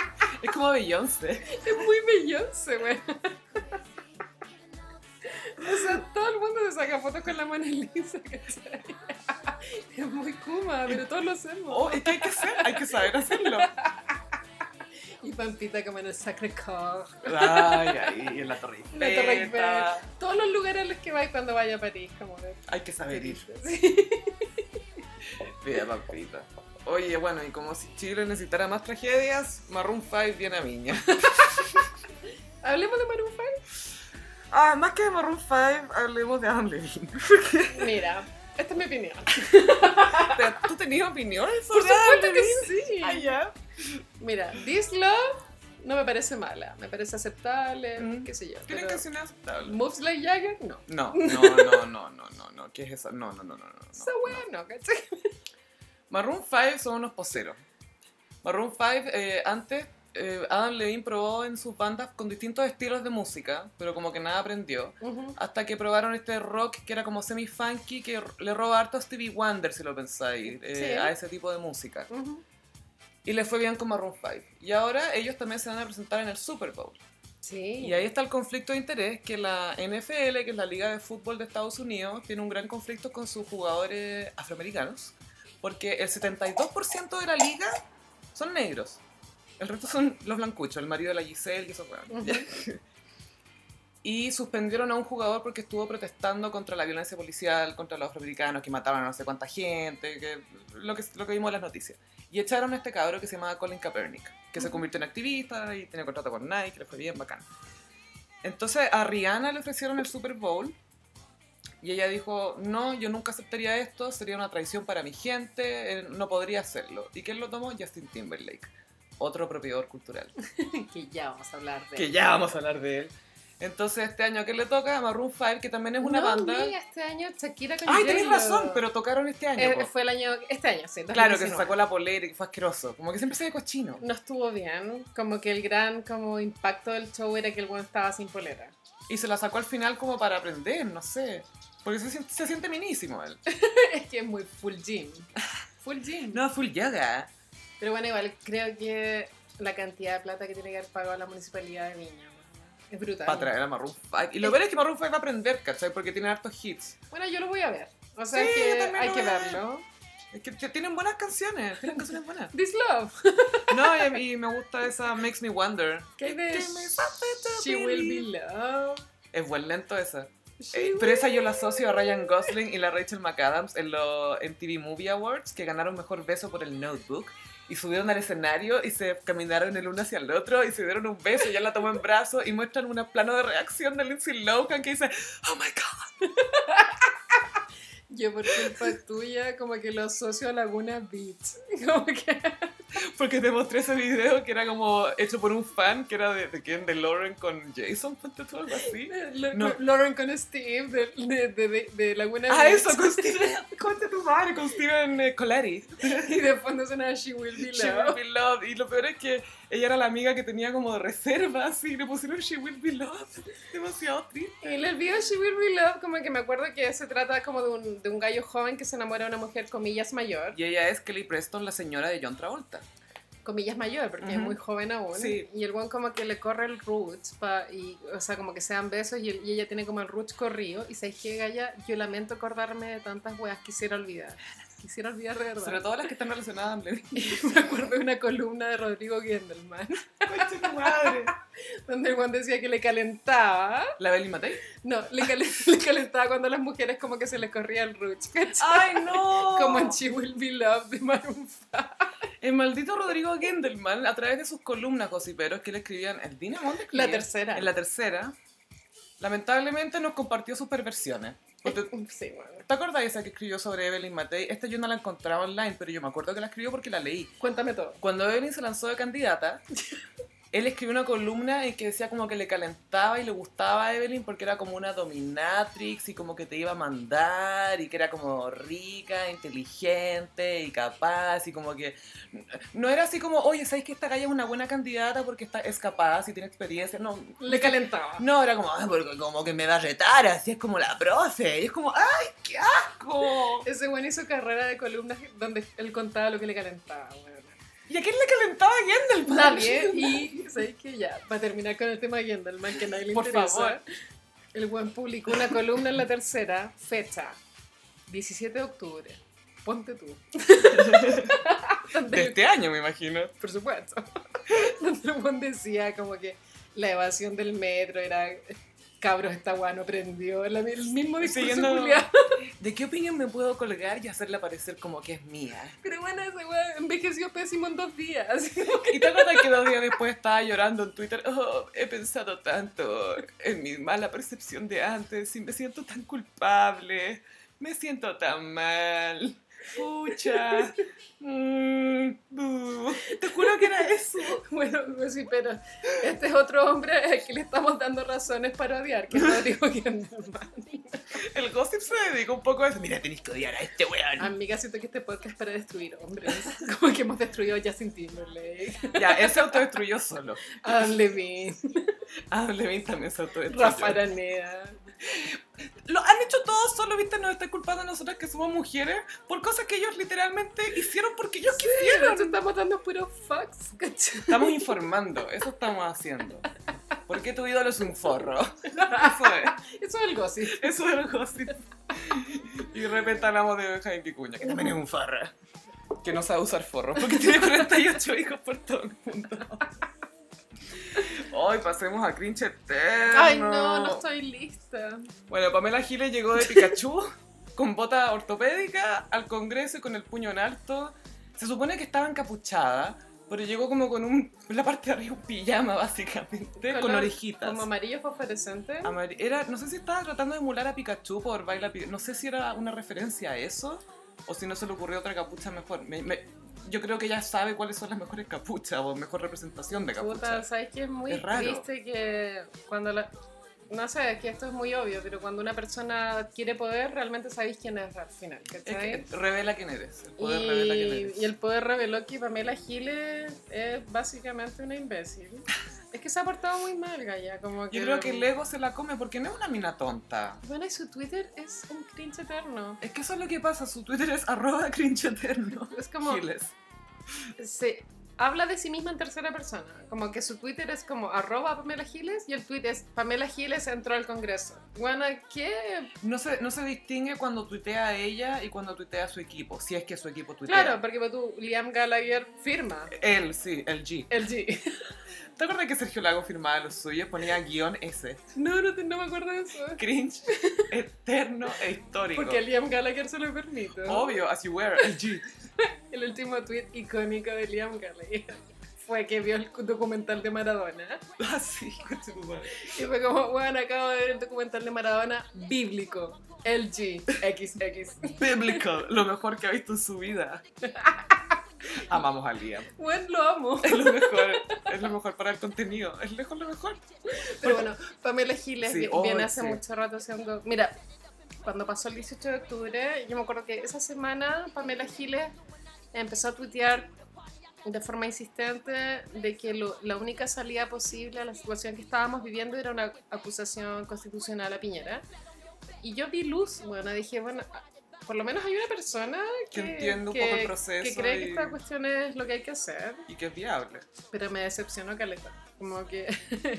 S1: [LAUGHS] Es como Beyoncé.
S2: Es muy Beyoncé, weón. [LAUGHS] O sea, todo el mundo se saca fotos con la Mona Lisa, [LAUGHS] ¿cachai? Es muy Kuma, pero todos lo hacemos.
S1: Oh, es que hay que hacer, hay que saber hacerlo.
S2: Y Pampita como en el Sacre Cor.
S1: Ay, ahí en la Torre Eiffel.
S2: La Torre Eiffel.
S1: está.
S2: Todos los lugares a los que vais cuando vaya a París, como de
S1: Hay que saber ir.
S2: Sí.
S1: Mira, papita. Oye, bueno, y como si Chile necesitara más tragedias, Maroon 5 viene a Viña.
S2: [LAUGHS] Hablemos de Maroon five?
S1: Ah, más que de Maroon 5, hablemos de Adam Levine.
S2: Mira, esta es mi opinión.
S1: Pero, ¿Tú tenías opiniones
S2: Por
S1: sobre Adam
S2: supuesto que
S1: Levine?
S2: sí.
S1: Ah, ya.
S2: Mira, This Love no me parece mala, me parece aceptable,
S1: Mm.
S2: qué sé yo.
S1: Tienen
S2: pero
S1: canciones aceptables.
S2: Moves Like Jagger, no.
S1: No, no, no, no, no, no, no. ¿Qué es eso? No, no, no, no, no. no,
S2: Esa
S1: no.
S2: wea no,
S1: [LAUGHS]
S2: ¿cachai?
S1: Maroon 5 son unos poseros. Maroon 5, eh, antes, eh, Adam Levine probó en sus bandas con distintos estilos de música, pero como que nada aprendió. Hasta que probaron este rock que era como semi-funky, que r- le roba harto a Stevie Wonder, si lo pensáis, eh,
S2: Sí.
S1: a ese tipo de música.
S2: Ujú.
S1: Y le fue bien con Maroon 5. Y ahora ellos también se van a presentar en el Super Bowl.
S2: Sí.
S1: Y ahí está el conflicto de interés que la NFL, que es la Liga de Fútbol de Estados Unidos, tiene un gran conflicto con sus jugadores afroamericanos, porque el 72% de la liga son negros. El resto son los blancuchos, el marido de la Giselle y esos weones. [LAUGHS] Y suspendieron a un jugador porque estuvo protestando contra la violencia policial, contra los afroamericanos, que mataban a no sé cuánta gente, que, lo, que, lo que vimos en las noticias. Y echaron a este cabro que se llamaba Colin Kaepernick, que se
S2: Ujú.
S1: convirtió en activista y tenía contrato con Nike, le fue bien, bacán. Entonces a Rihanna le ofrecieron el Super Bowl y ella dijo, no, yo nunca aceptaría esto, sería una traición para mi gente, eh, no podría hacerlo. ¿Y quién lo tomó? Justin Timberlake, otro propiedor cultural,
S2: que ya vamos a hablar de
S1: que ya vamos a hablar de él. Entonces este año, ¿a quién le toca? A Maroon 5, que también es una
S2: no,
S1: banda...
S2: amiga, este año Shakira con
S1: Ay,
S2: J-Lo.
S1: tenés razón, pero tocaron este año.
S2: Eh,
S1: po.
S2: fue el año, este año, sí.
S1: Claro, que se
S2: 2019.
S1: sacó la polera y fue asqueroso. Como que siempre se ve cochino.
S2: No estuvo bien, como que el gran como impacto del show era que el bueno estaba sin polera. [LAUGHS]
S1: Y se la sacó al final como para aprender, no sé. Porque se, sien- se siente minísimo él.
S2: Es que es muy full gym. Full gym.
S1: No, full yoga.
S2: Pero bueno, igual creo que la cantidad de plata que tiene que haber pagado la municipalidad de Viña bueno, es brutal.
S1: Para traer a Maroon 5. Y lo peor es que Maroon 5 va a aprender, ¿cachai? Porque tiene hartos hits.
S2: Bueno, yo lo voy a ver. O sea,
S1: Sí, yo
S2: que
S1: también
S2: hay
S1: lo
S2: que
S1: voy a ver.
S2: verlo.
S1: Es que t- tienen buenas canciones. Tienen canciones buenas.
S2: This Love.
S1: No, y, a mí me gusta esa Makes Me Wonder.
S2: ¿Qué hay de
S1: Que me este hace to
S2: She Will Be
S1: believe.
S2: Loved?
S1: Es buen lento esa.
S2: She
S1: Eh,
S2: will-
S1: pero esa yo la asocio a Ryan Gosling y la Rachel McAdams en los MTV Movie Awards que ganaron Mejor Beso por el Notebook. y subieron al escenario y se caminaron el uno hacia el otro y se dieron un beso y ya la tomó en brazos y muestran un plano de reacción de Lindsay Lohan que dice, oh my god.
S2: Yo por culpa tuya como que lo asocio a Laguna Beach. [LAUGHS] Como que...
S1: Porque te mostré ese video que era como hecho por un fan, que era de, de quién, de Lauren con Jason, ponte tú algo
S2: [LAUGHS]
S1: así.
S2: Lo-
S1: No.
S2: Lauren con Steve de, de, de- de- de Laguna
S1: Ah,
S2: Beach.
S1: eso, con Steven, [LAUGHS] concha tu madre, con Steven eh, Colari.
S2: Y de fondo suena She Will Be
S1: She Will
S2: Loved.
S1: Be Loved. Y lo peor es que ella era la amiga que tenía como de reserva, así, y le pusieron She Will Be Loved. Demasiado triste.
S2: Y el video She Will Be Loved, como que me acuerdo que se trata como de un, de un gallo joven que se enamora de una mujer, comillas, mayor.
S1: Y ella es Kelly Preston, la señora de John Travolta.
S2: Comillas, mayor, porque es
S1: Ujú.
S2: muy joven aún.
S1: Sí.
S2: Y el one como que le corre el roots, pa- y, o sea, como que se dan besos y, el- y ella tiene como el roots corrido. Y sabes que, Gaya, yo lamento acordarme de tantas weas, quisiera olvidar. Quisiera olvidar de verdad. [LAUGHS]
S1: Sobre todo las que están relacionadas a Blade.
S2: Me acuerdo de una columna de Rodrigo Gendelman, [LAUGHS]
S1: Concha tu madre.
S2: donde el Juan decía que le calentaba.
S1: La Belly Matei.
S2: No, le, cal- [LAUGHS] le calentaba cuando a las mujeres como que se les corría el ruch, ¿cachai?
S1: ¡Ay, no!
S2: Como en She Will Be Loved de [LAUGHS] Maroon five.
S1: El maldito Rodrigo Gendelman, a través de sus columnas gossiperos que le escribían el Dinamo de
S2: La
S1: escribía?
S2: tercera.
S1: En la tercera, lamentablemente nos compartió sus perversiones. Porque-
S2: Sí, bueno.
S1: ¿Te acordás de esa que escribió sobre Evelyn Matei? Esta yo no la encontraba online, pero yo me acuerdo que la escribió porque la leí.
S2: Cuéntame todo.
S1: Cuando Evelyn se lanzó de candidata, [LAUGHS] él escribió una columna en que decía como que le calentaba y le gustaba a Evelyn porque era como una dominatrix y como que te iba a mandar y que era como rica, inteligente y capaz y como que no era así como, oye, ¿sabes que esta calle es una buena candidata porque está, es capaz y tiene experiencia? No,
S2: Le calentaba.
S1: no, era como, "Ah, porque como que me va a retar, así es como la profe. Y es como, ¡ay, qué asco!
S2: Ese Juan hizo carrera de columnas donde él contaba lo que le calentaba, bueno.
S1: ¿Y a quién le calentaba Gendelman?
S2: Nadie.
S1: [LAUGHS]
S2: Y sabes que ya, para terminar con el tema de Gendelman, que a nadie le
S1: Por
S2: interesa,
S1: favor.
S2: El Juan publicó una columna en la tercera, fecha 17 de octubre. Ponte [LAUGHS] tú.
S1: De
S2: Donde-
S1: este año, me imagino.
S2: por supuesto. [LAUGHS] Donde el Juan decía como que la evasión del metro era. Cabros, esta weá no prendió. la- el mismo discurso
S1: Siguiendo-
S2: culiao. [LAUGHS]
S1: ¿De qué opinión me puedo colgar y hacerla parecer como que es mía?
S2: Pero bueno, ese weá envejeció pésimo en dos días. [LAUGHS]
S1: Y te acuerdas que dos días después estaba llorando en Twitter. Oh, he pensado tanto en mi mala percepción de antes y me siento tan culpable. Me siento tan mal. Pucha. Mm, bu". Te juro que era eso.
S2: Bueno, pues sí, pero este es otro hombre al que le estamos dando razones para odiar, que es Rodrigo Gendelman.
S1: El gossip se dedicó un poco a eso. Mira, tenés que odiar a este weón.
S2: Amiga, siento que este podcast es para destruir hombres. [LAUGHS] Como que hemos destruido a Justin [LAUGHS] Timberlake,
S1: Ya, él se autodestruyó solo.
S2: Adam Levine,
S1: Adam Levine también se autodestruyó.
S2: Rafa Araneda.
S1: Lo han hecho todos solo, viste, nos está culpando a nosotras que somos mujeres por cosas que ellos literalmente hicieron porque ellos quisieron.
S2: Pero te estamos dando puros facts, ¿cachai?
S1: Estamos informando, eso estamos haciendo. ¿Por qué tu ídolo es un forro? Eso es,
S2: Eso es el gossip.
S1: eso es lo gossip. Y de repente hablamos de Benjamín Picuña, que también es un forro. Que no sabe usar forro, porque tiene 48 hijos por todo el mundo. Hoy pasemos a cringe eterno.
S2: Ay, no, no estoy lista.
S1: Bueno, Pamela Giles llegó de Pikachu [LAUGHS] con bota ortopédica al Congreso y con el puño en alto. Se supone que estaba encapuchada, pero llegó como con un, en la parte de arriba un pijama básicamente, con,
S2: Color
S1: orejitas.
S2: Como amarillo fosforescente.
S1: Amar- Era, no sé si estaba tratando de emular a Pikachu por baila Pi- no sé si era una referencia a eso o si no se le ocurrió otra capucha mejor. Me- me- yo creo que ella sabe cuáles son las mejores capuchas o mejor representación de
S2: Puta,
S1: capuchas.
S2: ¿sabes que es muy
S1: Es raro.
S2: triste que cuando la... No sé, es que esto es muy obvio, pero cuando una persona adquiere poder, realmente sabéis quién es al final,
S1: Es
S2: ¿cachai?
S1: que revela quién eres, el poder revela quién
S2: Y,
S1: eres.
S2: y el poder reveló que Pamela Giles es básicamente una imbécil. Es que se ha portado muy mal, Gaya. Como que
S1: Yo creo que el ego se la come porque no es una mina tonta.
S2: Bueno, y su Twitter es un cringe eterno.
S1: Es que eso es lo que pasa, su Twitter es [LAUGHS] arroba cringe eterno.
S2: Es como.
S1: Giles.
S2: Se habla de sí misma en tercera persona. Como que su Twitter es como arroba Pamela Giles y el tweet es Pamela Giles entró al Congreso. Bueno, ¿qué?
S1: No se, no se distingue cuando tuitea a ella y cuando tuitea a su equipo, si es que su
S2: pues,
S1: equipo tuitea.
S2: Claro, porque tú, Liam Gallagher firma
S1: Él, sí, el G.
S2: el G. [LAUGHS]
S1: ¿Te acuerdas que Sergio Lago firmaba los suyos? Ponía guión S.
S2: No, no, te- no me acuerdo de eso. [LAUGHS]
S1: Cringe, eterno e histórico.
S2: Porque a Liam Gallagher se lo permite.
S1: Obvio, as you were, [LAUGHS] LG.
S2: El último tweet icónico de Liam Gallagher [LAUGHS] fue que vio el documental de Maradona.
S1: Así, con su madre.
S2: Y fue como, bueno, acabo de ver el documental de Maradona bíblico. LG, [LAUGHS] XX.
S1: Biblical, lo mejor que ha visto en su
S2: [LAUGHS]
S1: vida. Amamos a Liam.
S2: Bueno, lo amo.
S1: Es lo mejor, es lo mejor para el contenido. Es lo mejor, lo mejor.
S2: Pero bueno, Pamela Giles
S1: Sí,
S2: vi-
S1: oh,
S2: viene hace
S1: sí.
S2: mucho rato haciendo... Mira, cuando pasó el 18 de octubre, yo me acuerdo que esa semana Pamela Giles empezó a tuitear de forma insistente de que lo- la única salida posible a la situación que estábamos viviendo era una acusación constitucional a Piñera. Y yo vi luz, bueno, dije, bueno, por lo menos hay una persona
S1: Que
S2: que,
S1: entiende un
S2: que-
S1: poco el proceso
S2: que cree
S1: y-
S2: que esta cuestión es lo que hay que hacer.
S1: Y que es viable.
S2: Pero me decepcionó Caleta. Como que [LAUGHS]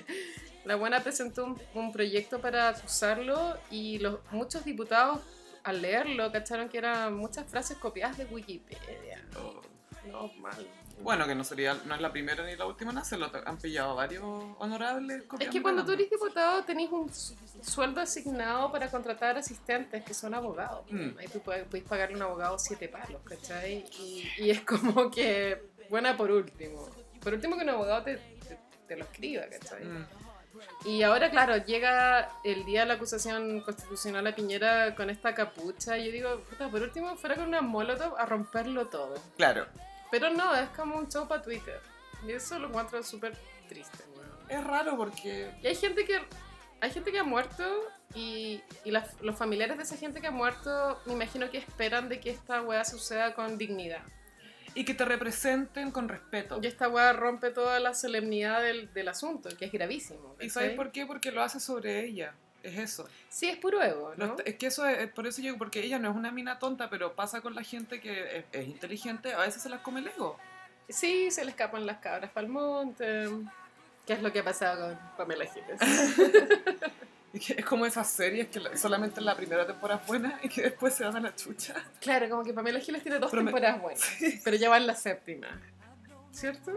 S2: la buena presentó un, un proyecto para acusarlo y los, muchos diputados al leerlo cacharon que eran muchas frases copiadas de Wikipedia.
S1: Oh.
S2: No, mal.
S1: Bueno, que no sería, no es la primera ni la última en hacerlo. Han pillado varios honorables.
S2: Es
S1: copiando.
S2: que cuando tú eres diputado tenés un su- sueldo asignado para contratar asistentes que son abogados.
S1: Mm.
S2: Ahí tú puedes, puedes pagarle a un abogado siete palos, ¿cachai? Y, y es como que, buena por último. Por último que un abogado te, te, te lo escriba, ¿cachai?
S1: Mm.
S2: Y ahora, claro, llega el día de la acusación constitucional a Piñera con esta capucha. Y yo digo, puta, por último, fuera con una molotov a romperlo todo.
S1: Claro,
S2: Pero no, es como un show para Twitter. Y eso lo encuentro súper triste, weón.
S1: es raro porque
S2: Y hay gente que, hay gente que ha muerto y, y las- los familiares de esa gente que ha muerto me imagino que esperan de que esta weá suceda con dignidad.
S1: y que te representen con respeto.
S2: Y esta weá rompe toda la solemnidad del, del asunto, que es gravísimo.
S1: ¿Y sabes
S2: ¿cachai?
S1: por qué? Porque lo hace sobre ella. Es eso.
S2: Sí, es puro ego,
S1: Lo
S2: ¿no?
S1: está- Es que eso es, por eso yo, porque ella no es una mina tonta, pero pasa con la gente que es, es inteligente, a veces se las come el ego.
S2: Sí, se le escapan las cabras para el monte. ¿Qué es lo que ha pasado con Pamela Giles?
S1: [LAUGHS] Es, que es como esas series que la- solamente en la primera temporada es buena y que después se dan a la chucha.
S2: [LAUGHS]
S1: [LAUGHS]
S2: claro, como que Pamela Giles tiene dos
S1: Pero me-
S2: temporadas buenas, pero ya va en la séptima. ¿Cierto?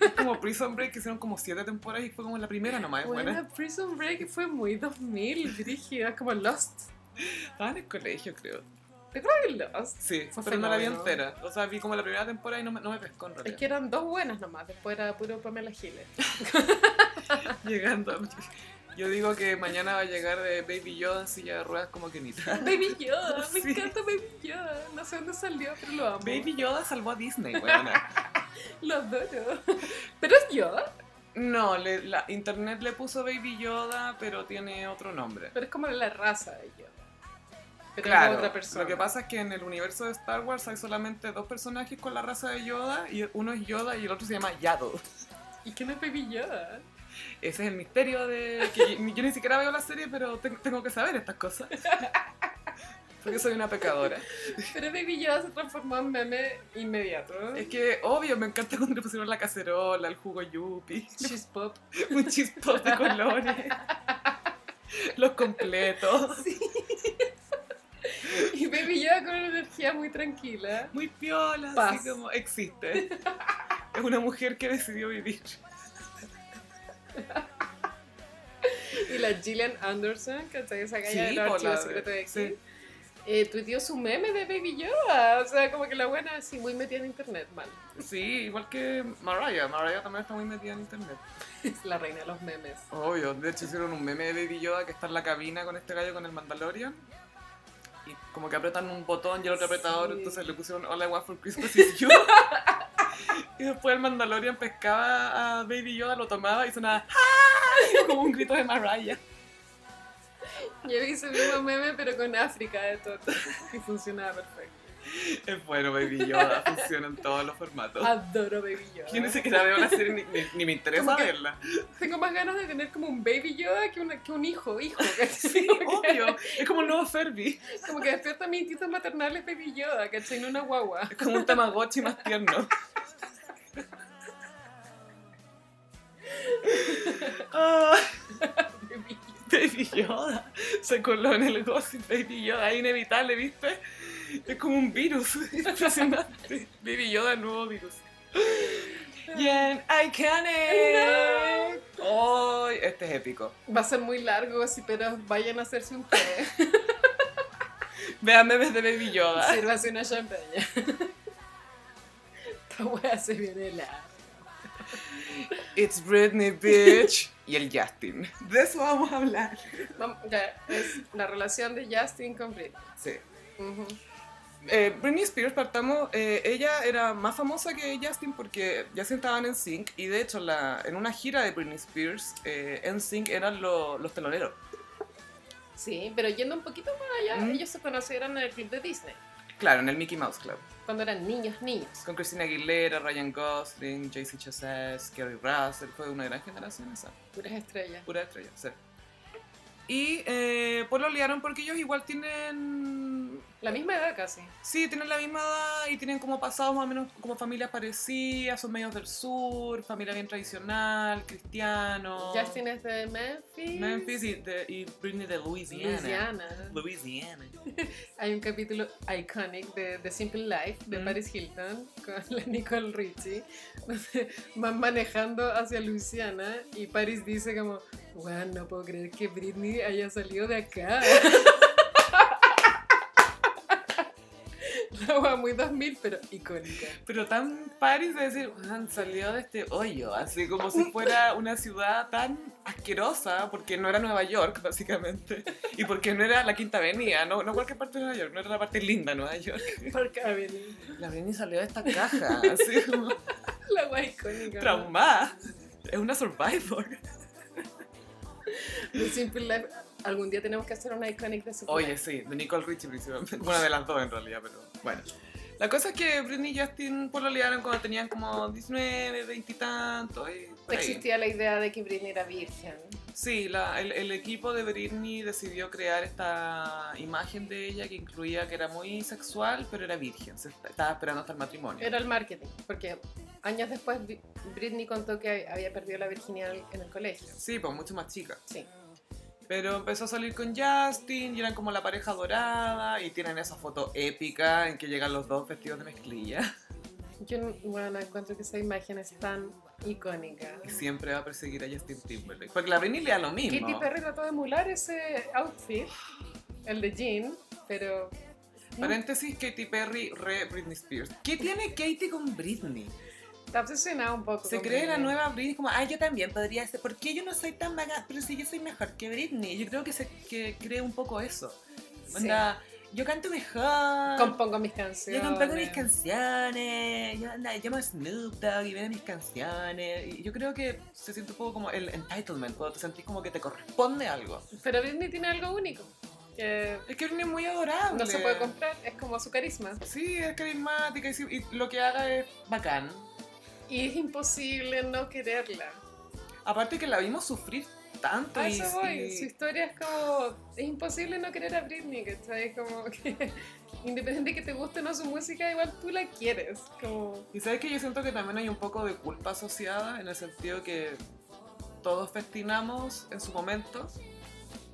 S1: Es como Prison Break que hicieron como siete temporadas y fue como la primera nomás. es
S2: Bueno,
S1: buena.
S2: Prison Break fue muy 2000, brígida, como Lost.
S1: Estaba en el colegio, creo.
S2: ¿Te acuerdas de Lost?
S1: Sí,
S2: Fue
S1: pero no la vi
S2: fenómeno.
S1: entera. O sea, vi como la primera temporada y no me, no me pescó en
S2: Es
S1: realidad.
S2: que eran dos buenas nomás, después era puro Pamela Giles.
S1: [LAUGHS] Llegando. Yo digo que mañana va a llegar de Baby Yoda en silla de ruedas como
S2: [LAUGHS]
S1: Kenita.
S2: [LAUGHS] Baby Yoda, me
S1: Sí.
S2: encanta Baby Yoda. No sé dónde salió, pero lo amo.
S1: Baby Yoda salvó a Disney, weona.
S2: Lo adoro. [LAUGHS] Pero es Yoda,
S1: No, le- la internet le puso Baby Yoda, pero tiene otro nombre.
S2: pero es como la raza de Yoda. Pero es otra persona.
S1: lo que pasa es que en el universo de Star Wars hay solamente dos personajes con la raza de Yoda, y uno es Yoda y el otro se llama Yado.
S2: ¿Y quién es Baby Yoda?
S1: Ese es el misterio de que yo, yo ni siquiera veo la serie, pero te- tengo que saber estas cosas. Porque soy una pecadora.
S2: Pero Baby Yoda se transformó en meme inmediato.
S1: Es que, obvio, me encanta cuando le pusieron la cacerola, el jugo yupi,
S2: She's pop.
S1: un chispón de colores, los completos.
S2: Y Baby Yoda con una energía muy tranquila.
S1: muy piola,
S2: Paz.
S1: así como existe. Es una mujer que decidió vivir.
S2: Y la Gillian Anderson, ¿cachai? Esa calle de
S1: Sí,
S2: los
S1: por
S2: archivos
S1: la-
S2: secretos de X.
S1: sí.
S2: Eh, tuiteó su meme de Baby Yoda. O sea, como que la buena así, muy metida en internet, mal.
S1: Sí, igual que Mariah. Mariah también está muy metida en internet.
S2: Es la reina de los memes.
S1: Obvio, de hecho hicieron un meme de Baby Yoda que está en la cabina con este gallo con el Mandalorian. Y como que apretan un botón y el otro apretador,
S2: Sí.
S1: entonces le pusieron All I Want for Christmas is You. [LAUGHS] y después el Mandalorian pescaba a Baby Yoda, lo tomaba y sonaba ¡Ah! como un grito de Mariah.
S2: Yo hice el mismo meme, pero con África de todo. Y funcionaba perfecto.
S1: Es bueno, Baby [LAUGHS] Yoda, funciona en todos los formatos.
S2: Adoro Baby Yoda.
S1: Yo ni siquiera veo la serie ni, ni, ni me interesa
S2: Como que-
S1: verla.
S2: Tengo más ganas de tener como un Baby Yoda que, una- que un
S1: [LAUGHS]
S2: hijo, hijo. ¿cachai? Como que-
S1: Obvio, es [LAUGHS] como un nuevo Ferbi,
S2: Como que despierta mis instintos maternales Baby Yoda, ¿cachai? No una guagua. [LAUGHS]
S1: es como un Tamagotchi más tierno. Ah, [LAUGHS] Baby Yoda se coló en el gossip. Baby Yoda es inevitable, ¿viste? [LAUGHS] Es como un virus impresionante. Baby Yoda, nuevo virus. Bien, iconic. ¡Ay! este es épico.
S2: Va a ser muy largo, así, pero vayan a
S1: [LAUGHS]
S2: hacerse un té.
S1: Vean memes de Baby Yoda.
S2: Sírvase una champaña. [LAUGHS] Esta wea se viene la.
S1: It's Britney, [LAUGHS] bitch. Y el Justin. De eso vamos a hablar.
S2: Vam- ya, es la relación de Justin con Britney.
S1: Sí.
S2: Ujú.
S1: Eh, Britney Spears, partamos, eh, ella era más famosa que Justin porque Justin estaban en Sync y de hecho la, en una gira de Britney Spears eh, en Sync eran lo- los teloneros.
S2: Sí, pero yendo un poquito más allá,
S1: Mm.
S2: ellos se conocieron en el club de Disney,
S1: Claro, en el Mickey Mouse Club.
S2: cuando eran niños, niños.
S1: Con Christina Aguilera, Ryan Gosling, JC Chazelle, Kerry Russell, fue una gran generación esa.
S2: Puras estrellas.
S1: Pura estrella, sí. Y eh, pues lo liaron porque ellos igual tienen.
S2: La misma edad casi.
S1: Sí, tienen la misma edad y tienen como pasados más o menos como familias parecidas, son medios del sur, familia bien tradicional, cristiano.
S2: Justin es de Memphis.
S1: Oh. Memphis y, de- y Britney de Louisiana.
S2: Louisiana.
S1: Louisiana.
S2: Hay un capítulo iconic de The Simple Life de
S1: Mm.
S2: Paris Hilton con la Nicole Richie, [LAUGHS] donde van manejando hacia Luisiana y Paris dice como, wow, no puedo creer que Britney haya salido de acá. [LAUGHS] La wea muy 2000, pero icónica.
S1: Pero tan París de decir, han salido de este hoyo, así como si fuera una ciudad tan asquerosa, porque no era Nueva York, básicamente, y porque no era la Quinta Avenida, no, no cualquier parte de Nueva York, no era la parte linda de Nueva York.
S2: Park Avenue.
S1: La Britney salió de esta caja, [LAUGHS] así como
S2: La wea icónica.
S1: traumada. Es una survivor.
S2: The Simple Life. Algún día tenemos que hacer una iconic de Simple
S1: Oye,
S2: Life.
S1: sí, de Nicole Richie principalmente. Una de las dos en realidad, pero bueno. La cosa es que Britney y Justin pues lo liaron cuando tenían como eh, 19, 20 y tanto. Y por ahí.
S2: Existía la idea de que Britney era virgen.
S1: Sí, la- el, el equipo de Britney decidió crear esta imagen de ella que incluía que era muy sexual, pero era virgen. Se est- estaba esperando hasta el matrimonio.
S2: Era el marketing, porque años después Bri- Britney contó que había perdido la virginidad en el colegio.
S1: Sí, pues mucho más chica.
S2: Sí.
S1: Pero empezó a salir con Justin y eran como la pareja dorada y tienen esa foto épica en que llegan los dos vestidos de mezclilla.
S2: Yo, no- bueno, encuentro que esa imagen es tan icónica.
S1: Y siempre va a perseguir a Justin Timberlake. Porque la Britney le da lo mismo.
S2: Katy Perry trató de emular ese outfit, el de jean, pero
S1: Paréntesis, Katy Perry re Britney Spears. ¿Qué tiene Katy con Britney?
S2: está obsesionada un poco.
S1: Se
S2: con
S1: cree la
S2: Britney.
S1: nueva Britney como, ay, yo también podría ser. ¿Por qué yo no soy tan vaga? Pero si yo soy mejor que Britney. Yo creo que se que cree un poco eso.
S2: Sí.
S1: Onda, yo canto mejor.
S2: Compongo mis
S1: yo
S2: canciones.
S1: compongo mis canciones. Yo anda, llamo a Snoop Dogg y vienen mis canciones. Y yo creo que se siente un poco como el entitlement, cuando te sentís como que te corresponde algo.
S2: Pero Britney tiene algo único, que
S1: Es que Britney es muy adorable.
S2: no se puede comprar, es como su carisma.
S1: Sí, es carismática y, sí- y lo que haga es bacán.
S2: Y es imposible no quererla.
S1: Aparte que la vimos sufrir tanto.
S2: A
S1: y-
S2: eso voy,
S1: y-
S2: su historia es como, es imposible no querer a Britney, ¿cachai? Como que [LAUGHS] independiente que te guste o no su música, igual tú la quieres, como...
S1: Y sabes que yo siento que también hay un poco de culpa asociada en el sentido que todos festinamos en su momento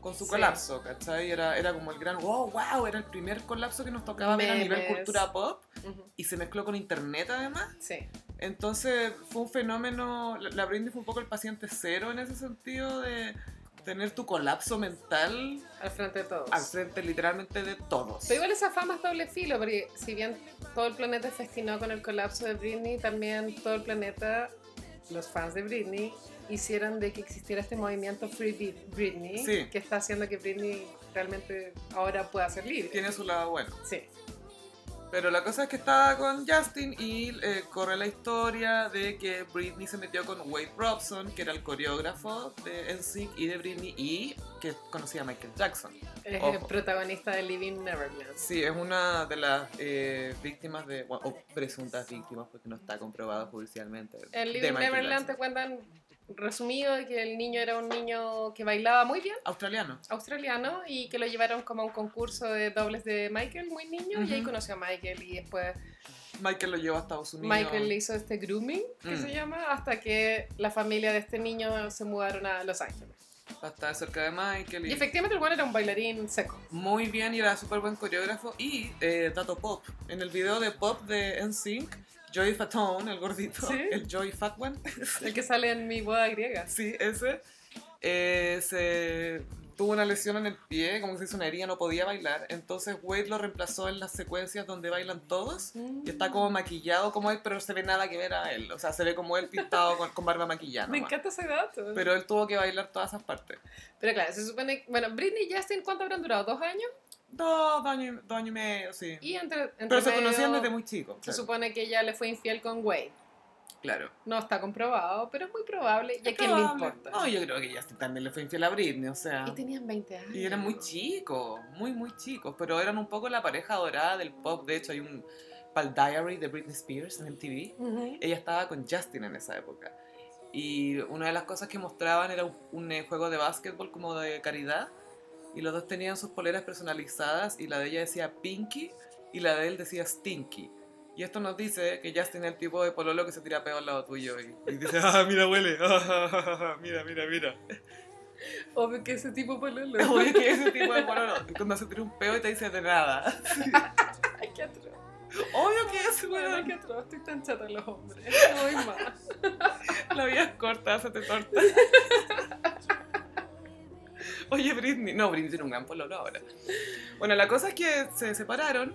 S1: con su
S2: Sí.
S1: colapso, ¿cachai? Era, era como el gran wow, wow, era el primer colapso que nos tocaba ver a nivel
S2: Memes.
S1: cultura pop y se mezcló con internet además.
S2: Sí,
S1: Entonces fue un fenómeno, la- la Britney fue un poco el paciente cero en ese sentido de tener tu colapso mental
S2: al frente de todos.
S1: al frente literalmente de todos.
S2: Pero igual esa fama es doble filo, porque si bien todo el planeta festinó con el colapso de Britney, también todo el planeta, los fans de Britney, hicieron de que existiera este movimiento Free Brit- Britney,
S1: Sí.
S2: que está haciendo que Britney realmente ahora pueda ser libre.
S1: Tiene su lado bueno.
S2: Sí.
S1: Pero la cosa es que estaba con Justin y eh, corre la historia de que Britney se metió con Wade Robson, que era el coreógrafo de NSYNC y de Britney, y que conocía a Michael Jackson.
S2: Es el
S1: Ojo.
S2: protagonista de Living Neverland.
S1: Sí, es una de las eh, víctimas de, bueno, o presuntas víctimas, porque no está comprobado judicialmente. de
S2: En Living
S1: Michael
S2: Neverland te
S1: Jackson.
S2: cuentan resumido de que el niño era un niño que bailaba muy bien,
S1: Australiano.
S2: australiano, y que lo llevaron como a un concurso de dobles de Michael, muy niño, y ahí
S1: Ujú.
S2: conoció a Michael y después
S1: Michael lo llevó a Estados Unidos.
S2: Michael le hizo este grooming, que
S1: Mm.
S2: se llama, hasta que la familia de este niño se mudaron a Los Ángeles.
S1: Para estar cerca de Michael.
S2: Y
S1: Y
S2: efectivamente el bueno era un bailarín seco.
S1: muy bien y era súper buen coreógrafo. Y eh, dato pop. En el video de pop de NSYNC, Joey Fatone, el gordito,
S2: Sí.
S1: el Joey Fatman,
S2: El que sale en mi boda
S1: [LAUGHS]
S2: griega.
S1: sí, ese, eh, se tuvo una lesión en el pie, como que se hizo una herida, no podía bailar. Entonces Wade lo reemplazó en las secuencias donde bailan todos. Y está
S2: Mm,
S1: como maquillado como él, pero no se ve nada que ver a él. O sea, se ve como él pintado con, con barba maquillada.
S2: [LAUGHS] Me
S1: nomás.
S2: encanta ese dato. Pero,
S1: Pero él tuvo que bailar todas esas partes.
S2: claro, se supone. Bueno, Britney y Justin, ¿cuánto habrán durado? ¿Dos años?
S1: Dos, dos años, dos años y medio, sí.
S2: Y entre. entre
S1: Pero se
S2: medio,
S1: conocían desde muy chicos.
S2: Se
S1: Claro.
S2: supone que ella le fue infiel con Wade.
S1: claro.
S2: No está comprobado, pero es muy probable. ¿Y a quién le
S1: Probable.
S2: importa? Ah.
S1: No, yo creo que Justin también le fue infiel a Britney, o sea.
S2: Y tenían 20 años.
S1: Y eran muy chicos, muy, muy chicos. Pero eran un poco la pareja dorada del pop. De hecho, hay un Pal Diary de Britney Spears en MTV.
S2: Ujú.
S1: ella estaba con Justin en esa época. Y una de las cosas que mostraban era un, un, eh, juego de básquetbol como de caridad. Y los dos tenían sus poleras personalizadas y la de ella decía Pinky y la de él decía Stinky. Y esto nos dice que Justin es el tipo de pololo que se tira peor al lado tuyo y, y dice, ah, mira, huele, ah, ah, ah, ah, mira, mira, mira. [LAUGHS]
S2: Obvio que ese tipo pololo.
S1: Obvio que ese tipo de pololo, cuando se tira un peo y te dice de nada. [LAUGHS]
S2: Ay, qué atroz. [LAUGHS]
S1: Obvio que es,
S2: Bueno,
S1: weón.
S2: qué atroz. Estoy tan chata de los hombres. No voy más.
S1: La vida es corta, hacete
S2: [LAUGHS]
S1: torta. Oye, Britney. No, Britney tiene un gran pololo ahora. Bueno, la cosa es que se separaron.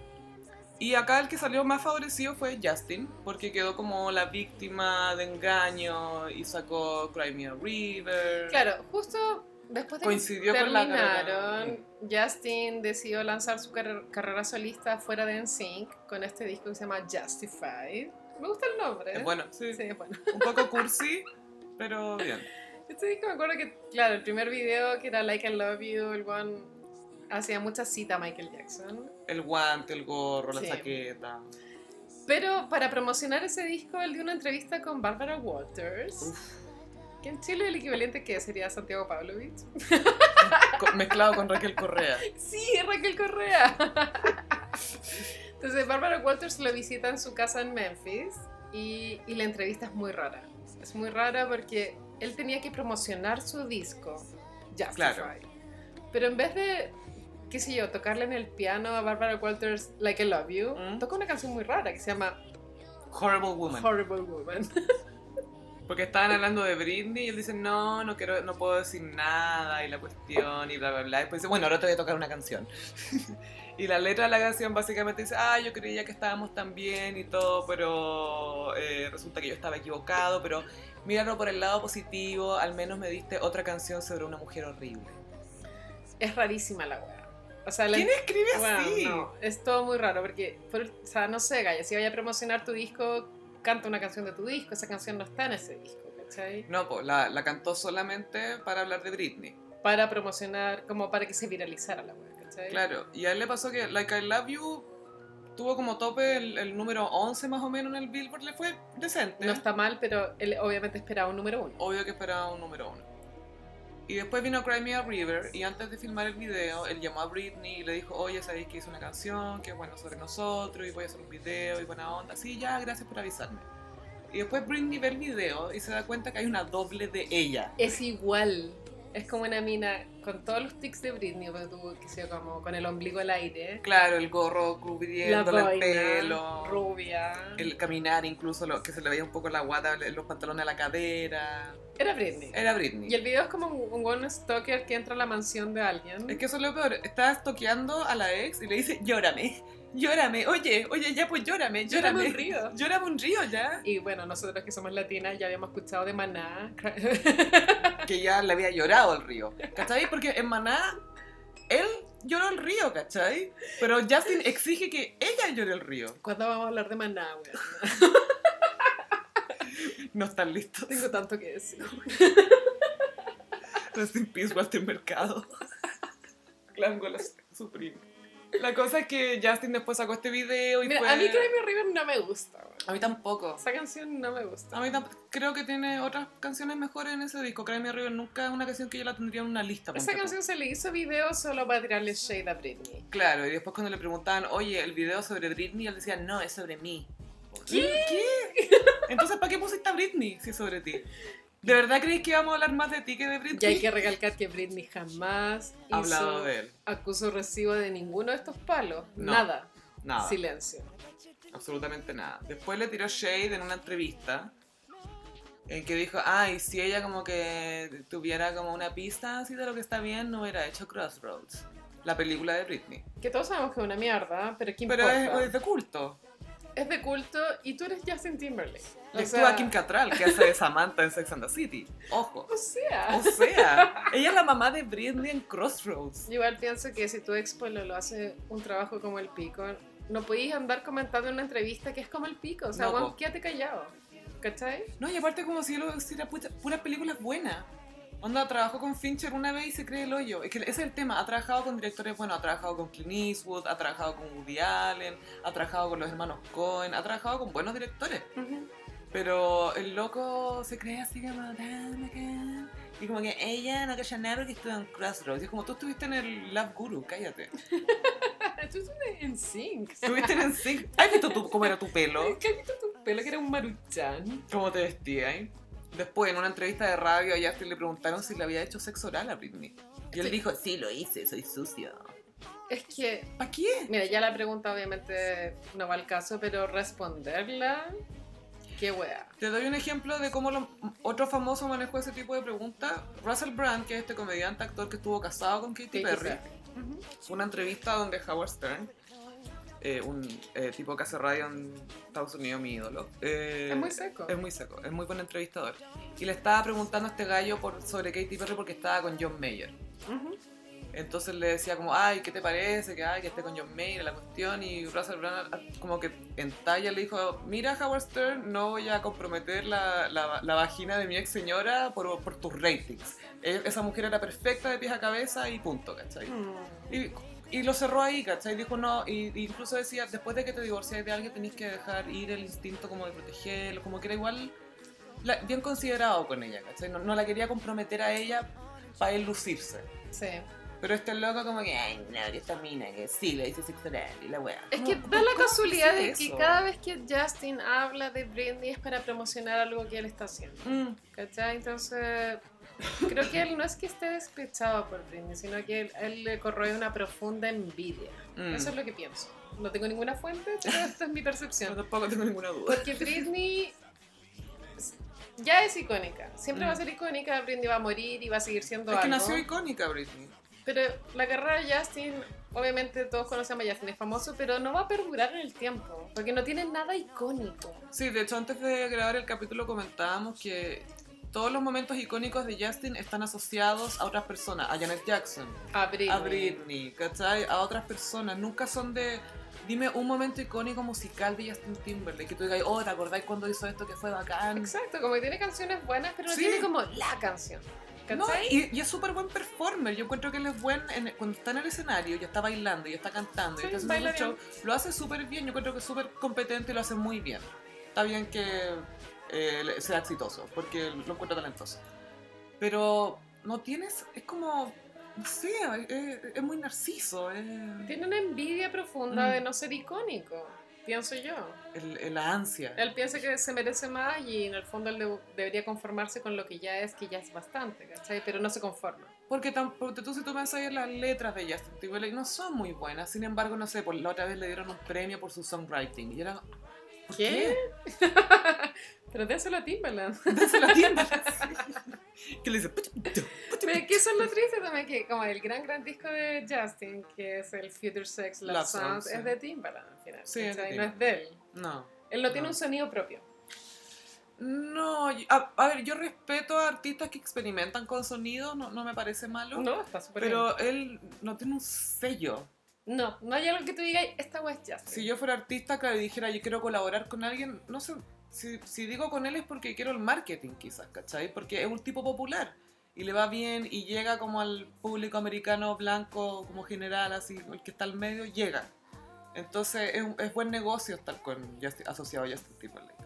S1: Y acá el que salió más favorecido fue Justin, porque quedó como la víctima de engaño y sacó Cry Me a River.
S2: Claro, justo después de
S1: Coincidió
S2: que
S1: con la
S2: terminaron, Justin decidió lanzar su carrer- carrera solista fuera de NSYNC con este disco que se llama Justified. Me gusta el nombre.
S1: Es Eh, bueno, sí.
S2: ¿eh? Sí, es bueno.
S1: Un poco cursi, pero bien.
S2: Este disco me acuerdo que, claro, el primer video que era Like I Love You, el one hacía mucha cita a Michael Jackson.
S1: El guante, el gorro, la
S2: Sí.
S1: chaqueta.
S2: Pero para promocionar ese disco, él dio una entrevista con Barbara Walters. Que en Chile el equivalente que sería
S1: [LAUGHS]
S2: Santiago Pavlovich.
S1: Co- mezclado con Raquel Correa.
S2: Sí, es Raquel Correa. [LAUGHS] Entonces, Barbara Walters lo visita en su casa en Memphis y, y la entrevista es muy rara. Es muy rara porque él tenía que promocionar su disco, Justified.
S1: Claro.
S2: Pero en vez de, qué sé yo, tocarle en el piano a Barbara Walters Like I Love You,
S1: ¿Mm?
S2: toca una canción muy rara que se llama
S1: Horrible woman.
S2: Horrible Woman.
S1: Porque estaban hablando de Britney y él dice, no, no quiero, no puedo decir nada y la cuestión y bla, bla, bla. Después dice, bueno, ahora te voy a tocar una canción. [LAUGHS] y la letra de la canción básicamente dice, ah, yo creía que estábamos tan bien y todo, pero eh, resulta que yo estaba equivocado, pero míralo por el lado positivo, al menos me diste otra canción sobre una mujer horrible.
S2: es rarísima la wea. O sea, la
S1: ¿Quién escribe
S2: Bueno,
S1: así?
S2: no, es todo muy raro porque, por- o sea, no sé, Gaya, si vaya a promocionar tu disco, canta una canción de tu disco, esa canción no está en ese disco, ¿cachai?
S1: No, pues la, la cantó solamente para hablar de Britney.
S2: Para promocionar, como para que se viralizara la web, ¿cachai?
S1: Claro, y a él le pasó que Like I Love You tuvo como tope el, el número 11 más o menos en el Billboard, le fue decente.
S2: No está mal, pero él obviamente esperaba un número uno.
S1: Obvio que esperaba un número 1. Y después vino Cry Me a River y antes de filmar el video, él llamó a Britney y le dijo, oye, sabéis que hice una canción, que es bueno sobre nosotros, y voy a hacer un video, y buena onda. Sí, ya, gracias por avisarme. Y después Britney ve el video y se da cuenta que hay una doble de ella.
S2: Es igual, es como una mina con todos los tics de Britney, porque tuvo, que sé, como con el ombligo al aire,
S1: Claro, el gorro
S2: la
S1: cubriéndole el
S2: boina,
S1: pelo.
S2: rubia.
S1: el caminar incluso lo, que se le veía un poco la guata los pantalones a la cadera
S2: Era Britney.
S1: era Britney
S2: Y el video es como un, un buen stalker que entra a la mansión de alguien.
S1: es que eso es lo peor está estoqueando a la ex y le dice llórame llórame oye oye ya pues llórame
S2: Llórame
S1: llórame
S2: un río.
S1: llórame un río ya
S2: Y bueno, nosotros que somos latinas ya habíamos escuchado de Maná. [LAUGHS]
S1: que ya le había llorado el río ¿cachai? porque en Maná él lloró el río ¿cachai? pero Justin exige que ella llore el río
S2: ¿Cuándo vamos a hablar de Maná, weón?
S1: no están listos
S2: Tengo tanto que decir.
S1: Rest in peace, Walter Mercado. [LAUGHS] Glangola, su primo. La cosa es que Justin después sacó este video y
S2: Mira,
S1: fue...
S2: a mí Cry Me a River no me gusta, weón.
S1: A mí tampoco.
S2: Esa canción no me gusta.
S1: A mí tamp- creo que tiene otras canciones mejores en ese disco. Cry Me a River nunca es una canción que yo la tendría en una lista.
S2: Esa
S1: ponte tú.
S2: canción se le hizo video solo para tirarle shade a Britney.
S1: Claro, y después cuando le preguntaban, oye, el video sobre Britney, él decía, no, es sobre mí. ¿Qué? Entonces, ¿para qué pusiste a Britney si es sobre ti? ¿De verdad crees que vamos a hablar más de ti que de Britney?
S2: Y hay que recalcar que Britney jamás
S1: Ha Hablado
S2: hizo
S1: de él.
S2: acuso recibo de ninguno de estos palos.
S1: No.
S2: Nada.
S1: Nada.
S2: Silencio.
S1: absolutamente nada. Después le tiró shade en una entrevista en que dijo, ay, si ella como que tuviera como una pista así de lo que está bien, no hubiera hecho Crossroads, la película de Britney.
S2: Que todos sabemos que es una mierda, pero ¿qué
S1: Pero
S2: importa?
S1: es, es de culto.
S2: Es de culto y tú eres Justin Timberlake.
S1: Y actúa Kim Cattrall, que hace de Samantha en Sex and the City. Ojo.
S2: o sea.
S1: O sea, ella es la mamá de Britney en Crossroads.
S2: Yo igual pienso que si tu ex pololo lo hace un trabajo como el pico, no podéis andar comentando en una entrevista que es como el pico. O sea,
S1: No,
S2: Juan,
S1: po.
S2: quédate callado. ¿Cachai?
S1: No, y aparte como si él hiciera puta- puras películas buenas. Onda, trabajó con Fincher una vez y se cree el hoyo. Es que ese es el tema. Ha trabajado con directores buenos. Ha trabajado con Clint Eastwood, ha trabajado con Woody Allen, ha trabajado con los hermanos Cohen, ha trabajado con buenos directores.
S2: [LAUGHS]
S1: Pero el loco se cree así como... "Dame acá". Y como que ella no calla nada que estuvo en Crossroads. Y es como tú estuviste en el Lab Guru, cállate.
S2: Tú estás en sync.
S1: Estuviste en el Sync. ¿Has visto tu- cómo era tu pelo?
S2: [LAUGHS] ¿Qué has visto tu pelo que era un maruchan?
S1: ¿Cómo te vestías? eh? Después, en una entrevista de radio, a Justin le preguntaron si le había hecho sexo oral a Britney. Y él
S2: Sí.
S1: dijo, sí, lo hice, soy sucio.
S2: Es que,
S1: ¿Para qué?
S2: mira, ya la pregunta obviamente no va al caso, pero responderla, qué wea.
S1: Te doy un ejemplo de cómo lo- otro famoso manejó ese tipo de preguntas. Russell Brand, que es este comediante actor que estuvo casado con Katy Perry,
S2: Ujú.
S1: fue una entrevista donde Howard Stern, eh, un eh, tipo que hace radio en Estados Unidos, mi ídolo. eh,
S2: Es muy seco.
S1: Es muy seco, es muy buen entrevistador. Y le estaba preguntando a este gallo por, sobre Katy Perry porque estaba con John Mayer.
S2: Ujú.
S1: Entonces le decía como, ay, ¿qué te parece? Que, ay, que esté con John Mayer, la cuestión. Y Russell Brand ah, como que en talla le dijo, mira Howard Stern, no voy a comprometer la, la- la vagina de mi ex señora por, por tus ratings. E- Esa mujer era perfecta de pies a cabeza y punto, ¿cachai?
S2: Mm.
S1: Y, y lo cerró ahí, ¿cachai? Dijo no, y, y incluso decía, después de que te divorciáis de alguien tenés que dejar ir el instinto como de protegerlo, como que era igual la- bien considerado con ella, ¿cachai? No, no la quería comprometer a ella para él lucirse.
S2: Sí.
S1: Pero este loco como que, ay, no, que esta mina, que sí, le dice sexual y la wea.
S2: Es
S1: No,
S2: que
S1: ¿por
S2: da la
S1: qué
S2: casualidad de
S1: haces
S2: que
S1: eso?
S2: cada vez que Justin habla de Britney es para promocionar algo que él está haciendo.
S1: Mm,
S2: ¿Cachai? Entonces, creo que él no es que esté despechado por Britney, sino que él, él le corroe una profunda envidia.
S1: mm.
S2: Eso es lo que pienso. No tengo ninguna fuente, pero esta es mi
S1: Yo
S2: percepción.
S1: tampoco tengo ninguna duda.
S2: Porque Britney s- ya es icónica. Siempre
S1: Mm.
S2: va a ser icónica, Britney va a morir y va a seguir siendo
S1: Es que
S2: algo.
S1: nació icónica Britney.
S2: Pero la carrera de Justin, obviamente todos conocemos a Justin, es famoso, pero no va a perdurar en el tiempo, porque no tiene nada icónico.
S1: Sí, de hecho antes de grabar el capítulo comentábamos que todos los momentos icónicos de Justin están asociados a otras personas, a Janet Jackson,
S2: A Britney.
S1: a Britney, ¿cachai? A otras personas, nunca son de... Dime un momento icónico musical de Justin Timberlake, que tú digas, oh, ¿te acordás cuando hizo esto que fue bacán?
S2: Exacto, como que tiene canciones buenas, pero no
S1: Sí.
S2: tiene como la canción.
S1: No,
S2: ¿Cachai?
S1: y, y es súper buen performer. Yo encuentro que él es buen en- cuando está en el escenario y está bailando y está cantando
S2: Sí,
S1: y está haciendo
S2: baila
S1: su show. Lo hace súper bien. Yo encuentro que es súper competente y lo hace muy bien. Está bien que eh, le- sea exitoso porque lo encuentro talentoso. Pero no tienes. Es como. No sé, es, es muy narciso. es-
S2: Tiene una envidia profunda
S1: Mm.
S2: de no ser icónico, pienso yo.
S1: el- el- la ansia.
S2: Él piensa que se merece más y en el fondo él deb- debería conformarse con lo que ya es, que ya es bastante, ¿cachai? Pero no se conforma. [LAUGHS]
S1: Porque, tam- porque tú si tú pensás en las letras de Justin Timberlake no son muy buenas. Sin embargo, no sé, por la otra vez le dieron un premio por su songwriting. Y era... ¿por
S2: ¿Qué? Pero déselo a Timbaland.
S1: [LAUGHS] Dánselo a Timbaland. que le dice... "Puchu, puchu, puchu".
S2: Pero es que eso es lo triste también, que como el gran gran disco de Justin, que es el Future Sex Love,
S1: Love
S2: Sounds,
S1: Songs, sí.
S2: es de Timbaland al final.
S1: Sí, es de
S2: ¿cachai? no
S1: Timbaland.
S2: es de él.
S1: No.
S2: Él no, tiene
S1: No.
S2: un sonido propio.
S1: No, y- a, a ver, yo respeto a artistas que experimentan con sonido, no, no me parece malo.
S2: No, está súper
S1: Pero él no tiene un sello.
S2: bien. No, no hay algo que tú digas, esta wea es Justin.
S1: Si yo fuera artista, claro, y dijera yo quiero colaborar con alguien, no sé, si, si digo con él es porque quiero el marketing quizás, ¿cachai? Porque es un tipo popular y le va bien y llega como al público americano blanco, como general, así, el que está al medio, llega. Entonces es, un- es buen negocio estar con Justin- asociado a Justin Timberlake.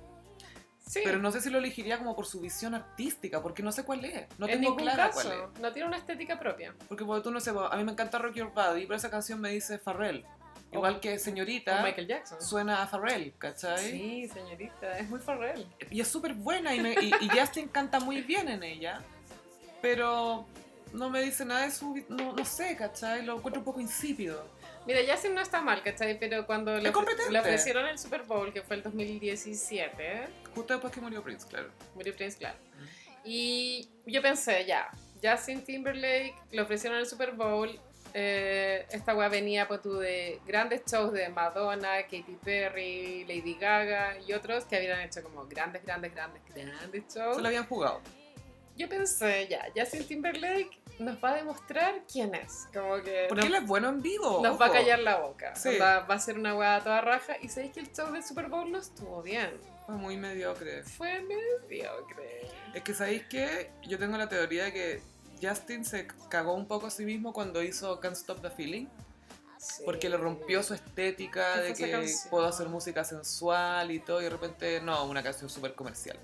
S2: Sí,
S1: Pero no sé si lo elegiría como por su visión artística, porque no sé cuál es. No
S2: en
S1: tengo
S2: ningún
S1: clara
S2: caso.
S1: cuál es.
S2: No tiene una estética propia.
S1: Porque ponte tú no sé, a mí me encanta Rock Your Body, pero esa canción me dice Farrell.
S2: Oh.
S1: Igual que
S2: O
S1: Señorita,
S2: Michael Jackson.
S1: suena a Farrell, ¿cachai?
S2: Oh Sí, señorita, es muy Farrell.
S1: y es súper buena y, me, y, y Justin canta muy bien en ella, pero no me dice nada de su... No, no sé, ¿cachai? Lo encuentro un poco insípido.
S2: Mira, Justin no está mal, ¿cachai? Pero cuando le,
S1: Es competente.
S2: le ofrecieron el Super Bowl, que fue el 2017,
S1: Justo después que murió Prince, claro.
S2: murió Prince, claro. Y yo pensé, ya, Justin Timberlake le ofrecieron el Super Bowl. eh, esta weá venía pues, tú, de grandes shows de Madonna, Katy Perry, Lady Gaga y otros que habían hecho como grandes, grandes, grandes, grandes shows.
S1: Se lo habían jugado.
S2: Yo pensé, ya, Justin Timberlake nos va a demostrar quién es. Como que
S1: Porque él
S2: nos,
S1: es bueno en vivo.
S2: nos va a
S1: ojo.
S2: callar la boca.
S1: Sí.
S2: Onda, Va, a ser una weá toda raja. Y sabéis que el show del Super Bowl no estuvo bien.
S1: Fue muy mediocre.
S2: Fue mediocre.
S1: Es que sabéis que yo tengo la teoría de que Justin se cagó un poco a sí mismo cuando hizo Can't Stop the Feeling.
S2: Sí.
S1: Porque le rompió su estética
S2: ¿Qué
S1: de
S2: fue esa
S1: que
S2: canción?
S1: puedo hacer música sensual y todo, y de repente, no, una canción súper comercial.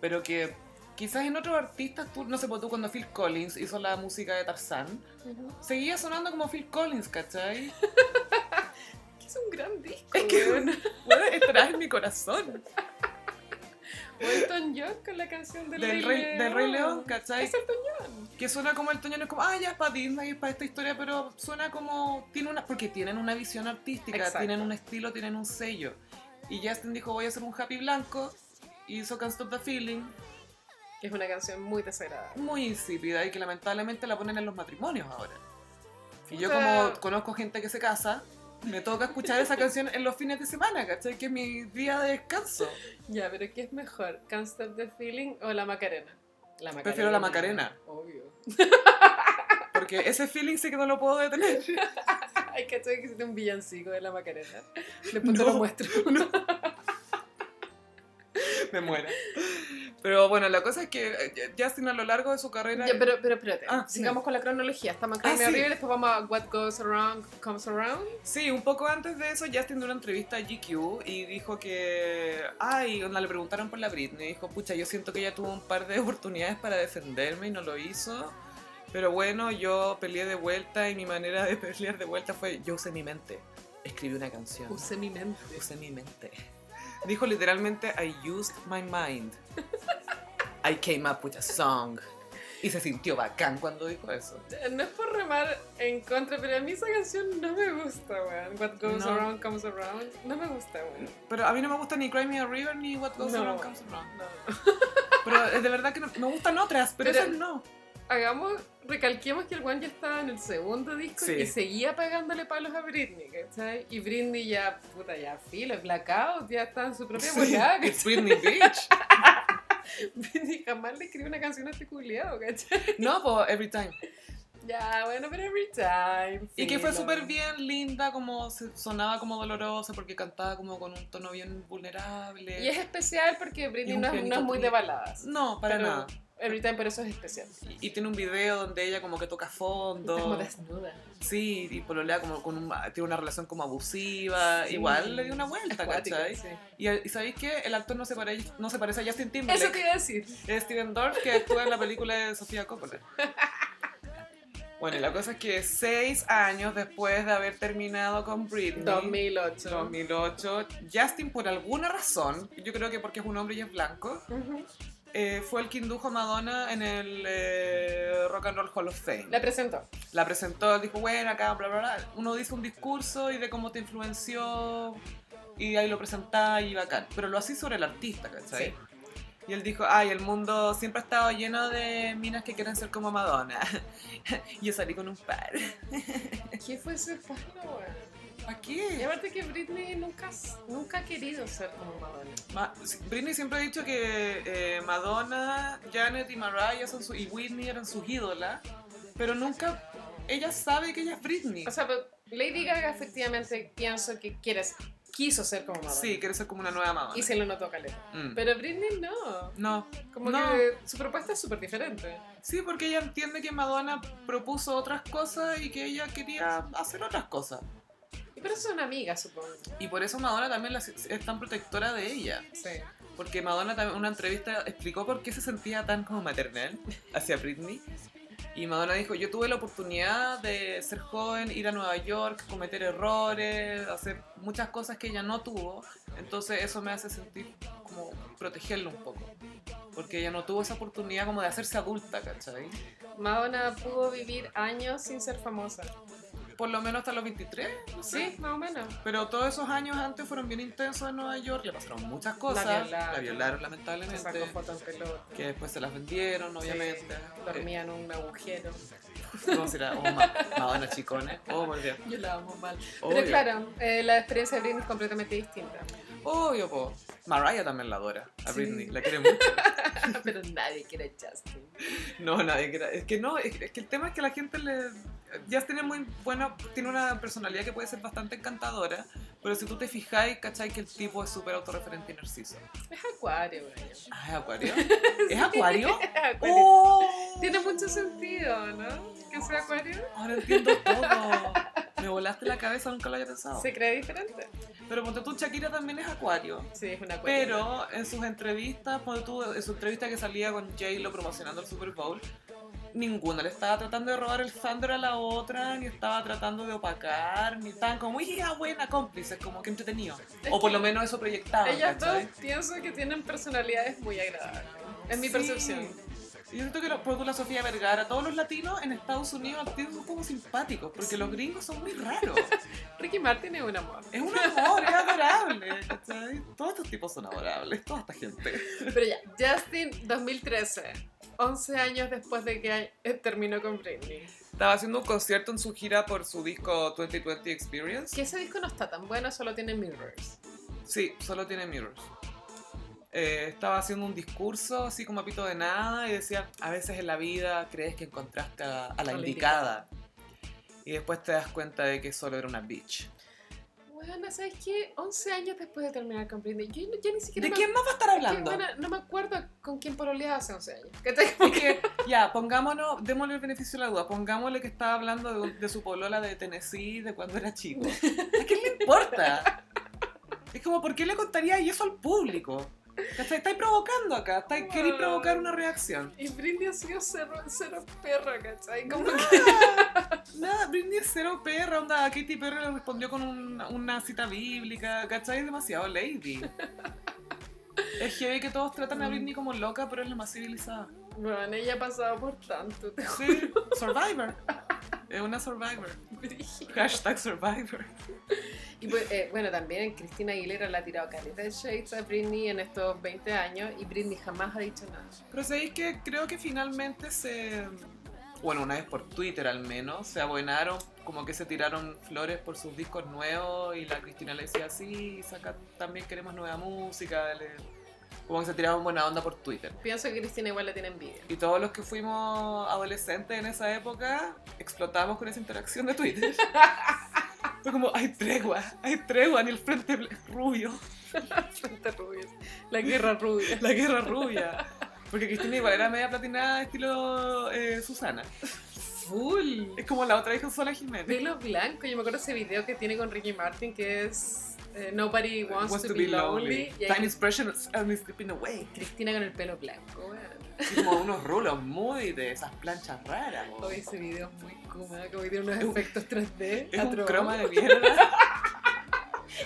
S1: Pero que quizás en otros artistas, tú, no sé, pues tú cuando Phil Collins hizo la música de Tarzán,
S2: Ujú.
S1: seguía sonando como Phil Collins, ¿cachai?
S2: Que es un gran disco.
S1: Es que-
S2: [LAUGHS] weón.
S1: Puedes entrar en mi
S2: [LAUGHS]
S1: corazón.
S2: O Elton John con la canción del,
S1: Del Rey, del Rey León, ¿cachai?
S2: Es Elton
S1: Que suena como el Toñón, es como, ah, ya es para Disney, es para esta historia, pero suena como, tiene una, porque tienen una visión artística,
S2: Exacto.
S1: tienen un estilo, tienen un sello. Y Justin dijo, voy a hacer un happy blanco, hizo Can't Stop the Feeling,
S2: John. Que es una canción muy desagradable.
S1: muy insípida y que lamentablemente la ponen en los matrimonios ahora. Y yo
S2: Puta.
S1: como conozco gente que se casa, me toca escuchar
S2: [LAUGHS]
S1: esa canción en los fines de semana, ¿cachai? Que es mi día de descanso.
S2: Ya, pero ¿qué es mejor? ¿Can't Stop the Feeling o La Macarena? La Macarena.
S1: Prefiero La Macarena.
S2: Obvio.
S1: Porque ese feeling sí que no lo puedo detener. [LAUGHS]
S2: Ay, ¿cachai que hiciste un villancico de La Macarena? Después te
S1: No.
S2: lo muestro. [LAUGHS]
S1: Me muero. Pero bueno, la cosa es que eh, Justin a lo largo de su carrera...
S2: Ya, pero, pero espérate,
S1: Ah,
S2: sigamos con la cronología. Estamos acá
S1: Ah,
S2: en
S1: sí.
S2: medio arriba y después vamos a What Goes Around Comes Around.
S1: Sí, un poco antes de eso, Justin dio una entrevista a GQ y dijo que. Ay, onda, le preguntaron por la Britney. Dijo, pucha, yo siento que ella tuvo un par de oportunidades para defenderme y no lo hizo. Pero bueno, yo peleé de vuelta y mi manera de [LAUGHS] pelear de vuelta fue: yo usé mi mente. Escribí una canción.
S2: Usé mi mente.
S1: Usé mi mente. Dijo literalmente: I used my mind. I came up with a song. Y se sintió bacán cuando dijo eso.
S2: No es por remar en contra, pero a mí esa canción no me gusta, weón. What Goes
S1: No.
S2: Around Comes Around. No me gusta, weón.
S1: Pero a mí no me gusta ni Cry Me a River ni What Goes
S2: No.
S1: Around Comes Around.
S2: No.
S1: Pero eh, de verdad que no, me gustan otras, pero,
S2: Pero-
S1: esas no.
S2: Hagamos, recalquemos que el Juan ya estaba en el segundo disco
S1: Sí.
S2: y seguía pagándole palos a Britney, ¿cachai? Y Britney ya, puta, ya filo, blackout, ya está en su propia
S1: [LAUGHS]
S2: volada, [LAUGHS] ¿cachai?
S1: It's Britney Beach.
S2: [LAUGHS] Britney jamás le escribió una canción a este culiado, ¿cachai? [LAUGHS]
S1: No, pues Every Time.
S2: Ya, bueno, pero every time.
S1: Y que fue
S2: filo.
S1: súper bien, linda, como se- sonaba como dolorosa porque cantaba como con un tono bien vulnerable.
S2: Y es especial porque
S1: Y
S2: Britney
S1: un
S2: no, es- no
S1: pianito
S2: es muy
S1: bonito.
S2: de baladas.
S1: No, para
S2: Pero
S1: nada.
S2: Every time, por eso es especial.
S1: Y, y tiene un video donde ella como que toca
S2: Está como
S1: fondo.
S2: desnuda.
S1: Sí, y pololea como con un- tiene una relación como abusiva.
S2: Sí.
S1: Ah, Igual le dio una vuelta,
S2: Acuática,
S1: ¿cachai?
S2: sí.
S1: Y, y ¿sabéis qué? El actor no se, pare- no se parece a Justin Timberlake.
S2: Eso te iba a decir.
S1: Es Steven Dorff que actúa en la película de Sofía Coppola. Bueno, y la cosa es que seis años después de haber terminado con Britney,
S2: 2008.
S1: 2008, Justin por alguna razón, yo creo que porque es un hombre y es blanco,
S2: Ujú.
S1: eh, fue el que indujo a Madonna en el eh, Rock and Roll Hall of Fame.
S2: La
S1: La,
S2: presentó.
S1: presentó, dijo, bueno, acá, bla, bla, bla. Uno dice un discurso y de cómo te influenció y ahí lo presentaba y bacán. Pero lo así sobre el artista, ¿cachai?
S2: Sí.
S1: Y él dijo, ay, el mundo siempre ha estado lleno de minas que quieren ser como Madonna. [LAUGHS] Yo salí con un par.
S2: ¿Qué fue ese palo, weón?
S1: ¿Para
S2: Y
S1: qué?
S2: aparte que Britney nunca, nunca ha querido ser como Madonna.
S1: Ma- Britney siempre ha dicho que eh, Madonna, Janet y Mariah son su- y Whitney eran sus ídolas, pero nunca ella sabe que ella es Britney.
S2: O sea, pero Lady Gaga efectivamente pienso que quieres, quiso ser como Madonna.
S1: Sí, quiere ser como una nueva Madonna.
S2: Y se lo notó caleta.
S1: Mm.
S2: Pero Britney no.
S1: No,
S2: Como
S1: No.
S2: que su propuesta es súper diferente.
S1: sí, porque ella entiende que Madonna propuso otras cosas y que ella quería hacer otras cosas.
S2: Y por eso son amigas, supongo.
S1: Y por eso Madonna también la- es tan protectora de ella.
S2: Sí.
S1: Porque Madonna también en una entrevista explicó por qué se sentía tan como maternal [LAUGHS] hacia Britney. Y Madonna dijo, yo tuve la oportunidad de ser joven, ir a Nueva York, cometer errores, hacer muchas cosas que ella no tuvo. Entonces eso me hace sentir como protegerla un poco. Porque ella no tuvo esa oportunidad como de hacerse adulta, ¿cachai?
S2: Madonna pudo vivir años sin ser famosa.
S1: por lo menos hasta los 23, no sé.
S2: Sí, más o menos.
S1: Pero todos esos años antes fueron bien intensos en Nueva York, le pasaron muchas cosas. La violaron,
S2: violaron. Se sacó
S1: lamentablemente.
S2: fotos en pelota.
S1: Que después se las vendieron, obviamente.
S2: Sí, dormía en un agujero.
S1: Eh, ¿Cómo será? Oh, Ma- Madonna Chicone. Oh, por Dios.
S2: Yo la amo mal.
S1: Obvio.
S2: Pero claro, eh, la experiencia de Britney es completamente distinta.
S1: Obvio, po. Mariah también la adora. A
S2: Sí.
S1: Britney. La quiere mucho.
S2: [LAUGHS]
S1: [LAUGHS]
S2: Pero nadie quiere a Justin.
S1: No, nadie quiere. Es que no, es que, es que el tema es que la gente le. Jazz tiene muy buena. Tiene una personalidad que puede ser bastante encantadora. Pero si tú te fijáis, ¿cachai? Que el tipo es súper autorreferente y narciso.
S2: Es acuario, güey.
S1: Ah, ¿es
S2: [LAUGHS]
S1: acuario? ¿Es acuario?
S2: Es acuario.
S1: ¡Oh!
S2: Tiene mucho sentido, ¿no? Que sea acuario.
S1: Ahora entiendo todo. Me volaste la cabeza, nunca lo había pensado.
S2: Se cree diferente.
S1: Pero ponte tú, Shakira también es acuario.
S2: Sí, es una acuario.
S1: Pero en sus entrevistas, ponte tú, en su entrevista que salía con J-Lo promocionando el Super Bowl, ninguna le estaba tratando de robar el thunder a la otra, ni estaba tratando de opacar, ni tan como, uy, hija buena, cómplices, como que entretenido.
S2: Es
S1: O por
S2: que
S1: lo menos eso proyectaban,
S2: Ellas
S1: ¿cachai?
S2: dos pienso que tienen personalidades muy agradables. Es mi
S1: Sí.
S2: percepción.
S1: Yo siento que lo- por ejemplo, la Sofía Vergara, todos los latinos en Estados Unidos al tiro son como simpáticos, porque
S2: Sí.
S1: los gringos son muy raros.
S2: Ricky Martin es un amor.
S1: Es un amor, es adorable. ¿cachai? Todos estos tipos son adorables, toda esta gente.
S2: Pero ya, Justin 2013. 11 años después de que eh, terminó con Britney.
S1: Estaba haciendo un concierto en su gira por su disco 2020 Experience.
S2: Que ese disco no está tan bueno, solo tiene mirrors.
S1: Sí, solo tiene Mirrors. Eh, estaba haciendo un discurso así como a pito de nada y decía, a veces en la vida crees que encontraste a, a la
S2: A la
S1: indicada. Y después te das cuenta de que solo era una bitch.
S2: Bueno, ¿sabes qué? 11 años después de terminar con Britney. Yo, no- yo ni siquiera
S1: ¿De
S2: me-
S1: quién más va a estar
S2: es que,
S1: hablando?
S2: bueno, no me acuerdo con quién pololeaba hace 11 años. Que te- como que-
S1: Ya, pongámonos, démosle el beneficio de la duda, pongámosle que estaba hablando de, de su polola de Tennessee, de cuando era chico. ¿A quién le importa? Es como, ¿por qué le contaría eso al público? ¿Cachai? Estáis provocando acá, estáis, queréis provocar una reacción.
S2: Y Britney ha sido cero, cero perra, ¿cachai? Como que...
S1: Nada, Britney es cero perra, onda, Katy Perry le respondió con un- una cita bíblica, ¿cachai? Es demasiado lady. Es heavy que todos tratan a Britney como loca, pero es la más civilizada.
S2: Bueno, ella ha pasado por tanto. [LAUGHS] Te
S1: Sí, survivor. Es una survivor.
S2: juro.
S1: Hashtag Survivor.
S2: Y pues, eh, bueno, también Cristina Aguilera le ha tirado caleta de shades a Britney en estos 20 años y Britney jamás ha dicho nada.
S1: Pero sabéis que creo que finalmente se. Bueno, una vez por Twitter al menos, se abonaron, como que se tiraron flores por sus discos nuevos y la Cristina le decía, sí, saca, también queremos nueva música. le- Como que se tiraron buena onda por Twitter.
S2: Pienso que Cristina igual le tiene envidia. [LAUGHS]
S1: Y todos los que fuimos adolescentes en esa época explotamos con esa interacción de Twitter. [LAUGHS] Fue como, hay tregua, hay tregua en el frente bl- rubio.
S2: Frente rubia. La guerra rubia.
S1: La guerra rubia. Porque Cristina igual era media platinada estilo eh, Susana.
S2: Full.
S1: Es como la otra hija Sola Jiménez.
S2: Pelo blanco. Yo me acuerdo ese video que tiene con Ricky Martin que es eh, Nobody Wants,
S1: Wants
S2: to, Be Lonely. Y ahí
S1: Time is precious and it's slipping away.
S2: Cristina con el pelo blanco. weón.
S1: Y como unos rulos muy de esas planchas raras. bo.
S2: Hoy
S1: Es
S2: ese video es muy cómodo, como que tiene unos
S1: Es un-
S2: efectos 3D.
S1: un
S2: atroz.
S1: croma de mierda. [LAUGHS]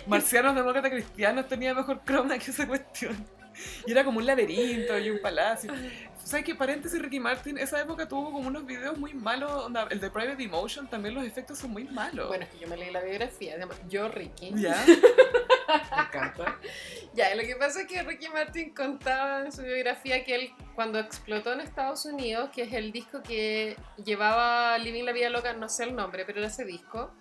S1: Marcianos demócratas cristianos tenía mejor croma que esa cuestión. Y era como un laberinto y un palacio. ¿Sabes qué? Paréntesis, Ricky Martin, esa época tuvo como unos videos muy malos. onda, el de Private Emotion también los efectos son muy malos.
S2: Bueno, es que yo me leí la biografía, se llama Yo Ricky.
S1: Ya. Me encanta.
S2: Ya, lo que pasa es que Ricky Martin contaba en su biografía que él, cuando explotó en Estados Unidos, que es el disco que llevaba Living la Vida Loca, no sé el nombre, pero era ese disco,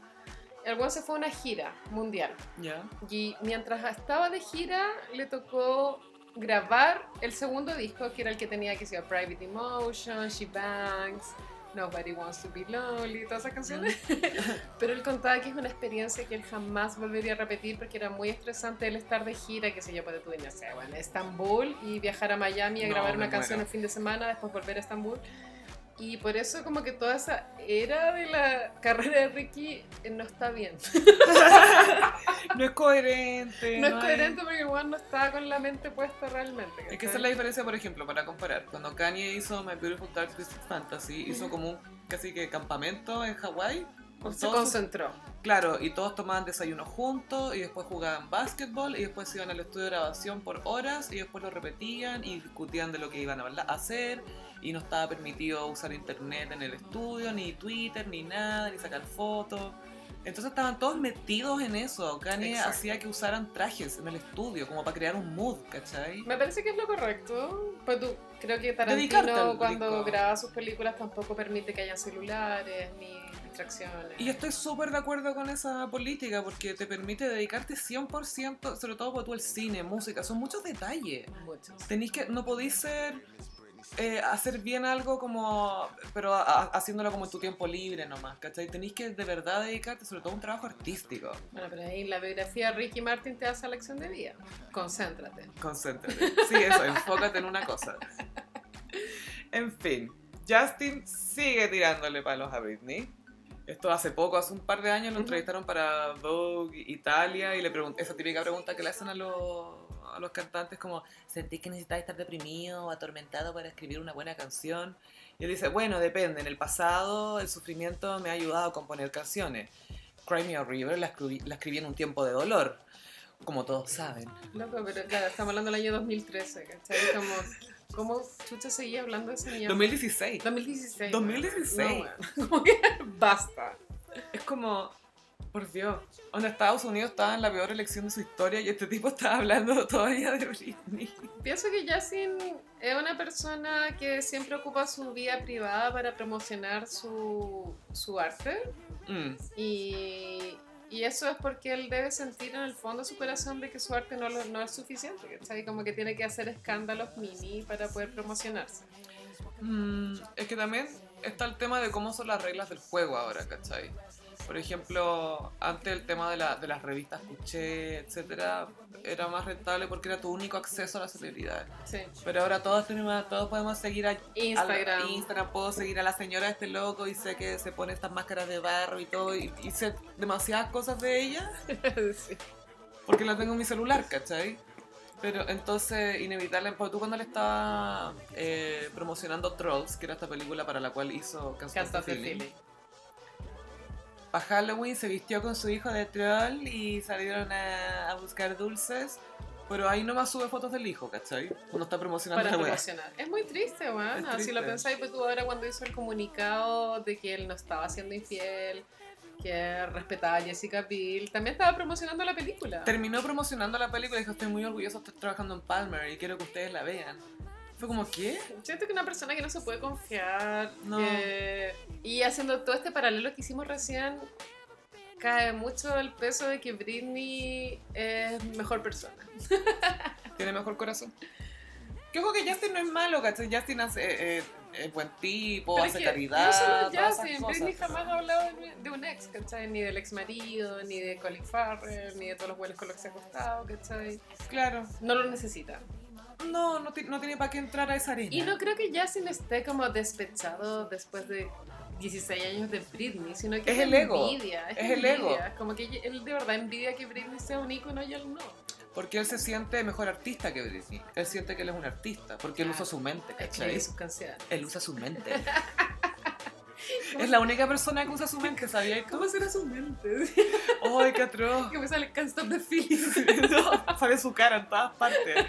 S2: el weón se fue a una gira mundial.
S1: Ya.
S2: Y mientras estaba de gira, le tocó grabar el segundo disco, que era el que tenía que ser Private Emotion, She Bangs, Nobody Wants to Be Lonely, todas esas canciones. Pero él contaba que es una experiencia que él jamás volvería a repetir porque era muy estresante él estar de gira, que se yo, puede tú, no sé, bueno, Estambul y viajar a Miami a
S1: No,
S2: grabar
S1: me
S2: una canción
S1: muero.
S2: el fin de semana, después volver a Estambul. Y por eso como que toda esa era de la carrera de Ricky eh, no está bien.
S1: No es coherente.
S2: [LAUGHS] No es
S1: hay-
S2: coherente porque el weón no estaba con la mente puesta realmente.
S1: Es que esa es la diferencia, por ejemplo, para comparar. Cuando Kanye hizo My Beautiful Dark Twisted Fantasy, hizo como un casi que campamento en Hawái. con todos
S2: Se
S1: sus-
S2: concentró.
S1: Claro, y todos tomaban desayuno juntos, y después jugaban básquetbol, y después se iban al estudio de grabación por horas, y después lo repetían, y discutían de lo que iban a habla- hacer, y no estaba permitido usar internet en el estudio, ni Twitter, ni nada, ni sacar fotos. Entonces estaban todos metidos en eso. Kanye
S2: Exacto.
S1: hacía que usaran trajes en el estudio, como para crear un mood, ¿cachai?
S2: Me parece que es lo correcto. Pues tú, creo que
S1: Dedicarte al
S2: Tarantino cuando
S1: disco.
S2: graba sus películas tampoco permite que hayan celulares ni distracciones.
S1: Y yo estoy súper de acuerdo con esa política porque te permite dedicarte 100%, sobre todo por tú el cine, música, son muchos detalles.
S2: Muchos.
S1: Tenéis que, no podéis ser, eh, hacer bien algo como, pero a- a- haciéndolo como en tu tiempo libre nomás, ¿cachai? Tenéis que de verdad dedicarte sobre todo a un trabajo artístico.
S2: Bueno, pero ahí la biografía de Ricky Martin te hace la lección de vida. Concéntrate.
S1: Concéntrate. Sí, eso, enfócate en una cosa. En fin, Justin sigue tirándole palos a Britney. Esto hace poco, hace un par de años, lo
S2: Ujú.
S1: entrevistaron para Vogue Italia y le pregunté esa típica pregunta que le hacen a los, a los cantantes como ¿sentís que necesitáis estar deprimido o atormentado para escribir una buena canción? Y él dice, bueno, depende, en el pasado el sufrimiento me ha ayudado a componer canciones. Cry Me a River la escribí- la escribí en un tiempo de dolor, como todos saben.
S2: Loco, pero claro, estamos hablando del año 2013, ¿cachai? Como, ¿cómo Chucha seguía hablando de esa mierda?
S1: 2016.
S2: 2016.
S1: 2016.
S2: No, weón. [LAUGHS] Como que basta.
S1: Es como, por Dios, donde Estados Unidos estaba en la peor elección de su historia y este tipo estaba hablando todavía de Britney.
S2: Pienso que Justin es una persona que siempre ocupa su vida privada para promocionar su, su arte
S1: Mm,
S2: y, y eso es porque él debe sentir en el fondo su corazón de que su arte no, lo- no es suficiente, ¿cachai? Como que tiene que hacer escándalos mini para poder promocionarse.
S1: mm, es que también está el tema de cómo son las reglas del juego ahora, ¿cachai? Por ejemplo, antes el tema de, la- de las revistas Cuché, etcétera, era más rentable porque era tu único acceso a la celebridad.
S2: Sí.
S1: Pero ahora todos, tenemos, todos podemos seguir a
S2: Instagram.
S1: al- Instagram puedo seguir a la señora de este loco y sé que se pone estas máscaras de barro y todo y, y sé demasiadas cosas de ella
S2: [LAUGHS] Sí.
S1: porque la tengo en mi celular, ¿cachai? Pero entonces, inevitable, porque tú cuando le estaba eh, promocionando Trolls, que era esta película para la cual hizo Canción
S2: Cast of the
S1: Feeling,
S2: Feeling.
S1: para Halloween se vistió con su hijo de troll y salieron a, a buscar dulces, pero ahí nomás sube fotos del hijo, ¿cachai? No está promocionando
S2: para
S1: la wea.
S2: promocionar. Es muy triste,
S1: Es
S2: weón. Si
S1: triste.
S2: lo pensáis, pues tú ahora cuando hizo el comunicado de que él no estaba siendo infiel, que respetaba a Jessica Biel, también estaba promocionando la película.
S1: Terminó promocionando la película y dijo, estoy muy orgulloso, estoy trabajando en Palmer y quiero que ustedes la vean. Fue como, ¿qué?
S2: Siento que una persona que no se puede confiar,
S1: No.
S2: que- y haciendo todo este paralelo que hicimos recién, cae mucho el peso de que Britney es mejor persona.
S1: Tiene mejor corazón. Que ojo que Justin no es malo, ¿cachai? Justin hace, eh, eh, es buen tipo,
S2: Pero es
S1: hace
S2: que
S1: caridad.
S2: No solo
S1: todas
S2: Justin,
S1: esas
S2: Britney
S1: cosas,
S2: jamás
S1: pero-
S2: ha hablado de, de un ex, ¿cachai? Ni del ex marido, ni de Colin Farrell, ni de todos los buenos con los que se ha acostado, ¿cachai?
S1: Claro.
S2: No lo necesita.
S1: No, no, ti- no tiene para qué entrar a esa arena.
S2: Y no creo que Justin esté como despechado después de 16 años de Britney, sino que
S1: Es
S2: es,
S1: el ego.
S2: envidia.
S1: Es el ego.
S2: envidia. Como que él de verdad envidia que Britney sea un ícono y él no.
S1: Porque él se siente mejor artista que Britney. Él siente que él es un artista, porque él usa su mente,
S2: Escribe
S1: ¿cachai?
S2: sus canciones.
S1: Él usa su
S2: [LAUGHS]
S1: mente. es la única persona que usa su mente, ¿sabías?
S2: ¿Cómo será su mente? [LAUGHS]
S1: ¡Ay, qué atroz! [LAUGHS]
S2: que me sale Can't Stop the Feeling.
S1: No, sale su cara en todas partes.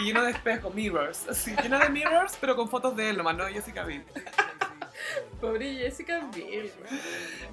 S1: Y lleno de espejos, mirrors. Así, lleno de mirrors, pero con fotos de él nomás, no de Jessica Biel.
S2: Pobre Jessica Biel. güey.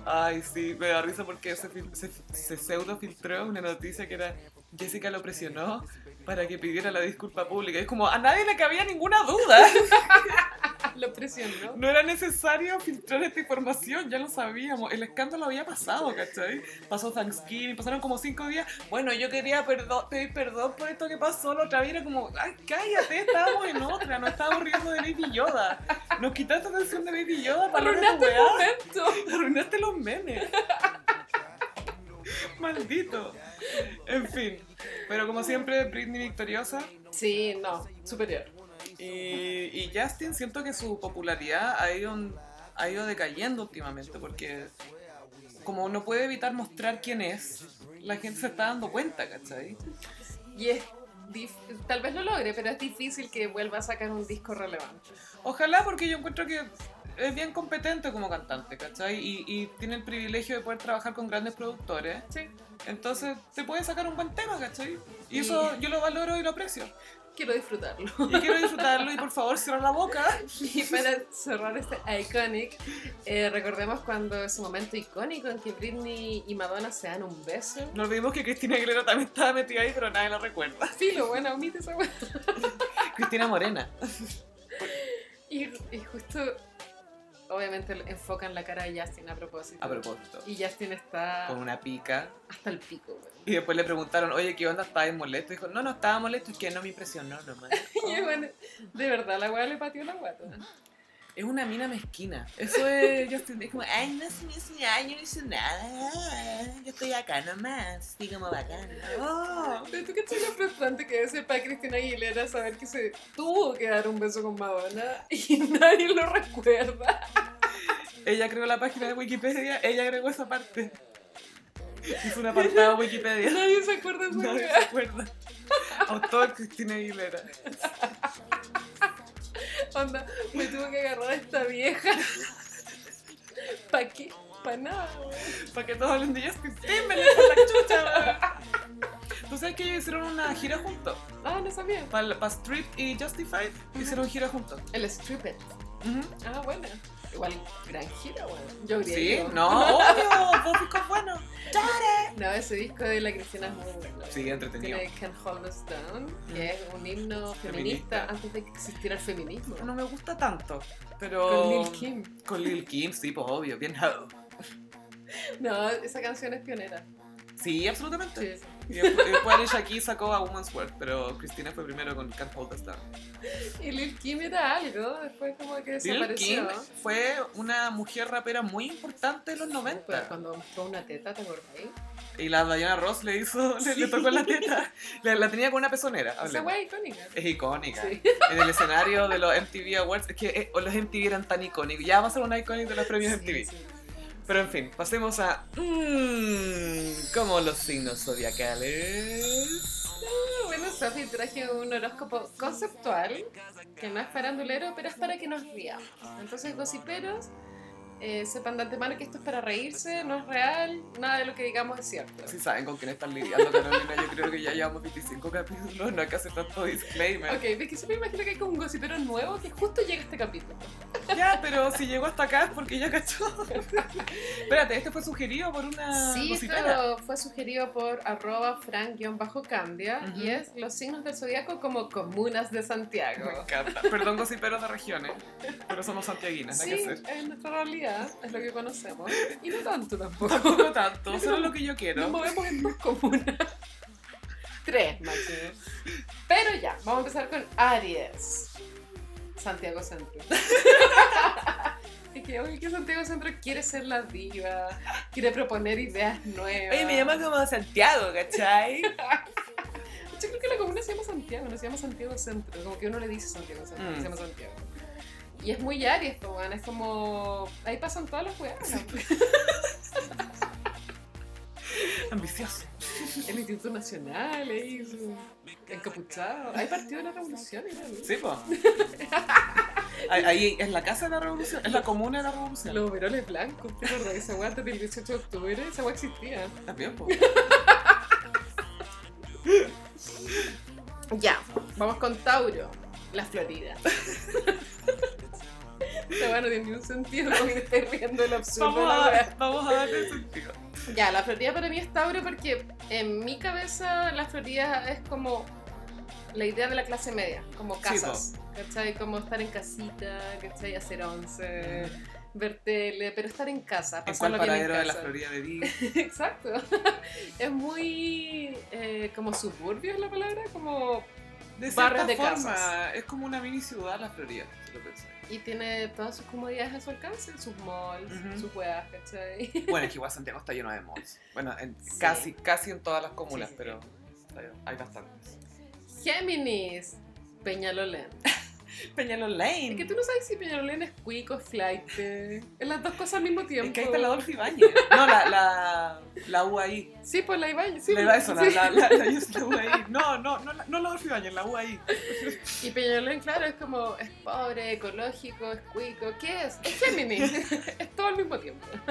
S1: Ay, sí, me da risa porque se, fil- se, se pseudo-filtró una noticia que era Jessica lo presionó para que pidiera la disculpa pública. Y es como, a nadie le cabía ninguna duda. [LAUGHS]
S2: Ah, Lo presionó.
S1: No era necesario filtrar esta información, ya lo sabíamos. El escándalo había pasado, ¿cachai? Pasó Thanksgiving, pasaron como cinco días. Bueno, yo quería perdo- pedir perdón por esto que pasó la otra vez. Era como, ay, cállate, estábamos en otra, nos estábamos riendo de Baby Yoda. Nos quitaste atención de Baby Yoda para hablar de tu
S2: Arruinaste el
S1: weá. [LAUGHS]
S2: momento.
S1: Arruinaste los memes. Maldito. En fin, pero como siempre, Britney victoriosa.
S2: Sí, no, superior.
S1: Y, y Justin, siento que su popularidad ha ido, ha ido decayendo últimamente porque como no puede evitar mostrar quién es, la gente se está dando cuenta, ¿cachai?
S2: Y es dif- tal vez lo logre, pero es difícil que vuelva a sacar un disco relevante.
S1: Ojalá porque yo encuentro que es bien competente como cantante, ¿cachai? Y, y tiene el privilegio de poder trabajar con grandes productores.
S2: Sí.
S1: Entonces te puede sacar un buen tema, ¿cachai? Y
S2: Y-
S1: eso yo lo valoro y lo aprecio.
S2: quiero disfrutarlo.
S1: Yo quiero disfrutarlo y por favor cierra la boca.
S2: [LAUGHS] Y para cerrar este Iconic, eh, recordemos cuando ese momento icónico en que Britney y Madonna se dan un
S1: [LAUGHS]
S2: beso. [LAUGHS]
S1: Nos olvidemos que Cristina Aguilera también estaba metida ahí, pero nadie la recuerda.
S2: Filo, bueno, omite esa wea.
S1: Cristina Morena.
S2: Y, y justo, obviamente, enfocan la cara de Justin a propósito.
S1: A propósito.
S2: Y Justin está
S1: Con una pica.
S2: hasta el pico, weón.
S1: [LAUGHS] Y después le preguntaron, oye, ¿qué onda? ¿Estabas molesto? Y dijo, no, no estaba molesto, es que no me impresionó nomás.
S2: Y es bueno, de verdad, la weá le pateó la guata.
S1: Es una mina mezquina. Eso es Justin. Es como, ay, no se me hizo nada, yo no hice nada. Yo estoy acá nomás. Estoy como bacana. Oh.
S2: Pero tú cachai lo frustrante que debe ser para Cristina Aguilera saber que se tuvo que dar un beso con Madonna y [LAUGHS] nadie lo
S1: [LAUGHS]
S2: recuerda.
S1: Ella creó la página de Wikipedia, ella agregó esa parte. Hizo [LAUGHS] un apartado Wikipedia.
S2: Nadie se acuerda de esa
S1: Nadie
S2: weá.
S1: se acuerda. Autor Cristina Aguilera.
S2: Onda, me tuvo que agarrar a esta vieja. ¿Pa qué? Pa nada, weón.
S1: Para que todos hablen de Justin Timberlake por la chucha. ¿Tú sabes que ellos hicieron una gira juntos?
S2: Ah, no sabía.
S1: Para Strip y Justified hicieron gira juntos.
S2: El strip it.
S1: Ujú.
S2: Ah, bueno. Igual, gran gira, weón. Yo
S1: Sí,
S2: creo.
S1: no, obvio, vos discos buenos.
S2: No, ese disco de la Cristina es muy bueno.
S1: Sí, entretenido.
S2: Tiene Can't Hold Us Down,
S1: Mm.
S2: que es un himno
S1: Feminista.
S2: feminista, antes de que existiera el feminismo.
S1: No me gusta tanto, pero.
S2: Con Lil Kim.
S1: Con Lil Kim, sí, pues obvio, bien [LAUGHS] ho.
S2: No, esa canción es pionera.
S1: Sí, absolutamente.
S2: Sí.
S1: Y después y después ella aquí sacó a Woman's World, pero Cristina fue primero con Can't Hold Us Down.
S2: Y Lil Kim era algo, después como que
S1: Lil Kim
S2: desapareció.
S1: fue una mujer rapera muy importante en los
S2: Pero
S1: 90.
S2: cuando mostró una teta, ¿te acordáis?
S1: Y la Diana Ross le hizo, le, le tocó en la teta. La, la tenía con una pezonera.
S2: Esa
S1: hablemos.
S2: wea es icónica.
S1: Es icónica.
S2: Sí.
S1: En el escenario de los MTV Awards, es que eh, o los MTV eran tan icónicos. Ya va a ser una icónica de los premios
S2: Sí,
S1: MTV.
S2: sí.
S1: Pero en fin, pasemos a. Mmm, como los signos zodiacales.
S2: Ah, Bueno, Sofi traje un horóscopo conceptual que no es farandulero, pero es para que nos riamos. Entonces, gossiperos, eh, sepan de antemano que esto es para reírse, no es real, nada de lo que digamos es cierto.
S1: Si saben con quién están lidiando, Carolina, yo creo que ya llevamos 25 capítulos, no hay que hacer tanto disclaimer.
S2: Ok, es que siempre me imagino que hay como un gossipero nuevo que justo llega a este capítulo.
S1: Ya, pero si llegó hasta acá es porque ya cachó. Espérate, este fue sugerido por una
S2: Sí,
S1: cositera.
S2: esto fue sugerido por arroba frank-candia y
S1: Ujú.
S2: es los signos del zodiaco como comunas de Santiago.
S1: Me encanta. Perdón, gossiperos de regiones, pero somos santiaguinas,
S2: Sí,
S1: hay que hacer.
S2: es nuestra realidad, es lo que conocemos. Y no tanto tampoco.
S1: [LAUGHS] Tampoco tanto, solo lo que yo
S2: Nos
S1: quiero.
S2: movemos en dos comunas. [LAUGHS] Tres máximo. Pero ya, vamos a empezar con Aries. Santiago Centro. [LAUGHS] Es que, oye, que Santiago Centro quiere ser la diva, quiere proponer ideas nuevas.
S1: como Santiago,
S2: [LAUGHS]
S1: ¿cachai?
S2: Yo creo que la comuna se llama Santiago, no se llama Santiago Centro. Como que uno le dice Santiago Centro,
S1: Mm.
S2: se llama Santiago. Y es muy Aries, po, weón, es como. Ahí pasan todas las weas.
S1: pues. Ambicioso.
S2: El Instituto Nacional, ahí, su- encapuchado. Ahí partió la revolución, y todo.
S1: Sí,
S2: [LAUGHS]
S1: po. Ahí- Ahí es la casa de la revolución, es la comuna de la revolución.
S2: Los overoles blancos, ¿te acordás? Esa weá antes del 18 de octubre, esa weá existía.
S1: También,
S2: [LAUGHS]
S1: po.
S2: Ya, vamos con Tauro, la Florida. [LAUGHS] Esta weá no tiene ningún sentido, me estoy riendo el absurdo de
S1: Vamos
S2: la
S1: a,
S2: weá.
S1: vamos a darle sentido.
S2: [LAUGHS] Ya, la Florida para mí es Tauro porque en mi cabeza la Florida es como la idea de la clase media, como casas. ¿Cachai? Como estar en casita, ¿cachai? Hacer once, ver tele, pero estar en casa,
S1: Eh, ¿En cuál
S2: pasarlo bien en
S1: paradero
S2: casa.
S1: de la Florida de
S2: [LAUGHS]
S1: Vigo?
S2: Exacto. Es muy eh, como suburbio es la palabra, como
S1: De
S2: Barrios
S1: cierta
S2: de
S1: forma,
S2: casas.
S1: es como una mini ciudad la Florida, si lo
S2: [LAUGHS]
S1: pensé.
S2: y tiene todas sus comodidades a su alcance, sus malls,
S1: Ujú.
S2: sus weas, ¿cachai? [LAUGHS]
S1: Bueno, es que igual Santiago está lleno de malls. Bueno, en-
S2: Sí.
S1: casi, casi en todas las comunas,
S2: Sí, sí,
S1: pero está bien, hay bastantes.
S2: Géminis, Peñalolén.
S1: Peñalolén.
S2: Es
S1: Lane.
S2: que tú no sabes si Peñalolén es cuico, es flight, es las dos cosas al mismo tiempo.
S1: Es que ahí está la Dolphy Ibañez. No, la, la, la UAI.
S2: Sí, pues la Ibai. Sí,
S1: la
S2: pues,
S1: Ibañez,
S2: sí.
S1: la, la, la, la UAI. No, no, no, la- no la Dolphy Ibañez, la UAI.
S2: Y Peñalolén, claro, es como, es pobre, ecológico, es cuico, ¿qué es? Es Géminis, [LAUGHS] es todo al mismo tiempo. [LAUGHS]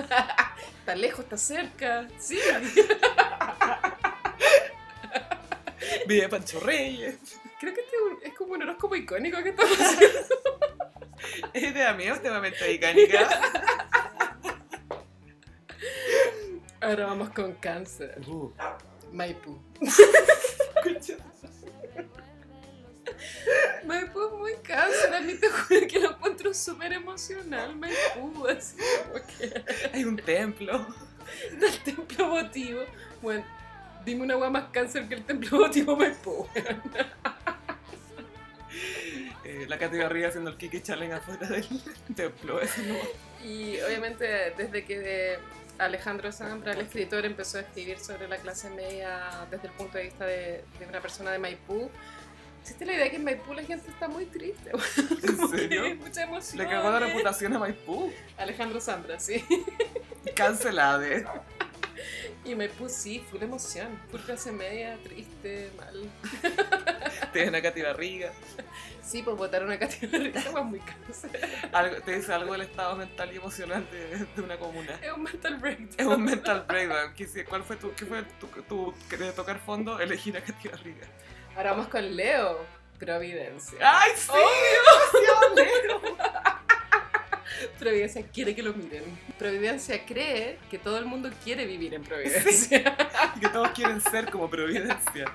S2: Está lejos, está cerca, sí.
S1: Villa Pancho Reyes.
S2: Creo que este es un- como un horóscopo icónico que está [LAUGHS] pasando.
S1: Es de mí últimamente mecánica.
S2: Ahora vamos con cáncer. Maipú. Maipú es muy cáncer. A mí te juro que lo encuentro súper emocional. Maipú, así como que
S1: Hay un templo.
S2: del templo votivo. Bueno, dime una wea más cáncer que el templo votivo Maipú.
S1: Eh, la categoría haciendo el Kiki Challenge afuera del templo. Eso no-
S2: Y obviamente desde que Alejandro Zambra, el escritor, empezó a escribir sobre la clase media desde el punto de vista de, de una persona de Maipú, existe la idea que en Maipú la gente está muy triste,
S1: ¿En
S2: como que hay
S1: serio?
S2: mucha emoción.
S1: Le cagó la reputación a Maipú.
S2: Alejandro Zambra, sí. [LAUGHS]
S1: Cancelada.
S2: Y Maipú sí, full emoción, full clase media, triste, mal.
S1: Te ven a Katy Barriga.
S2: Sí, pues votaron a Katy Barriga, fue muy cáncer.
S1: Algo- te dice algo del estado mental y emocional de, de una comuna.
S2: Es un mental
S1: Es
S2: breakdown.
S1: un mental breakdown. ¿Qué hice? ¿Cuál fue tu, qué fue tu, tu- que de tocar fondo? Elegir a Katy Barriga.
S2: Ahora vamos con Leo, Providencia.
S1: ¡Ay, Ah, sí!
S2: Oh. [LAUGHS] Providencia quiere que lo miren. Providencia cree que todo el mundo quiere vivir en Providencia,
S1: Y que todos quieren ser como Providencia.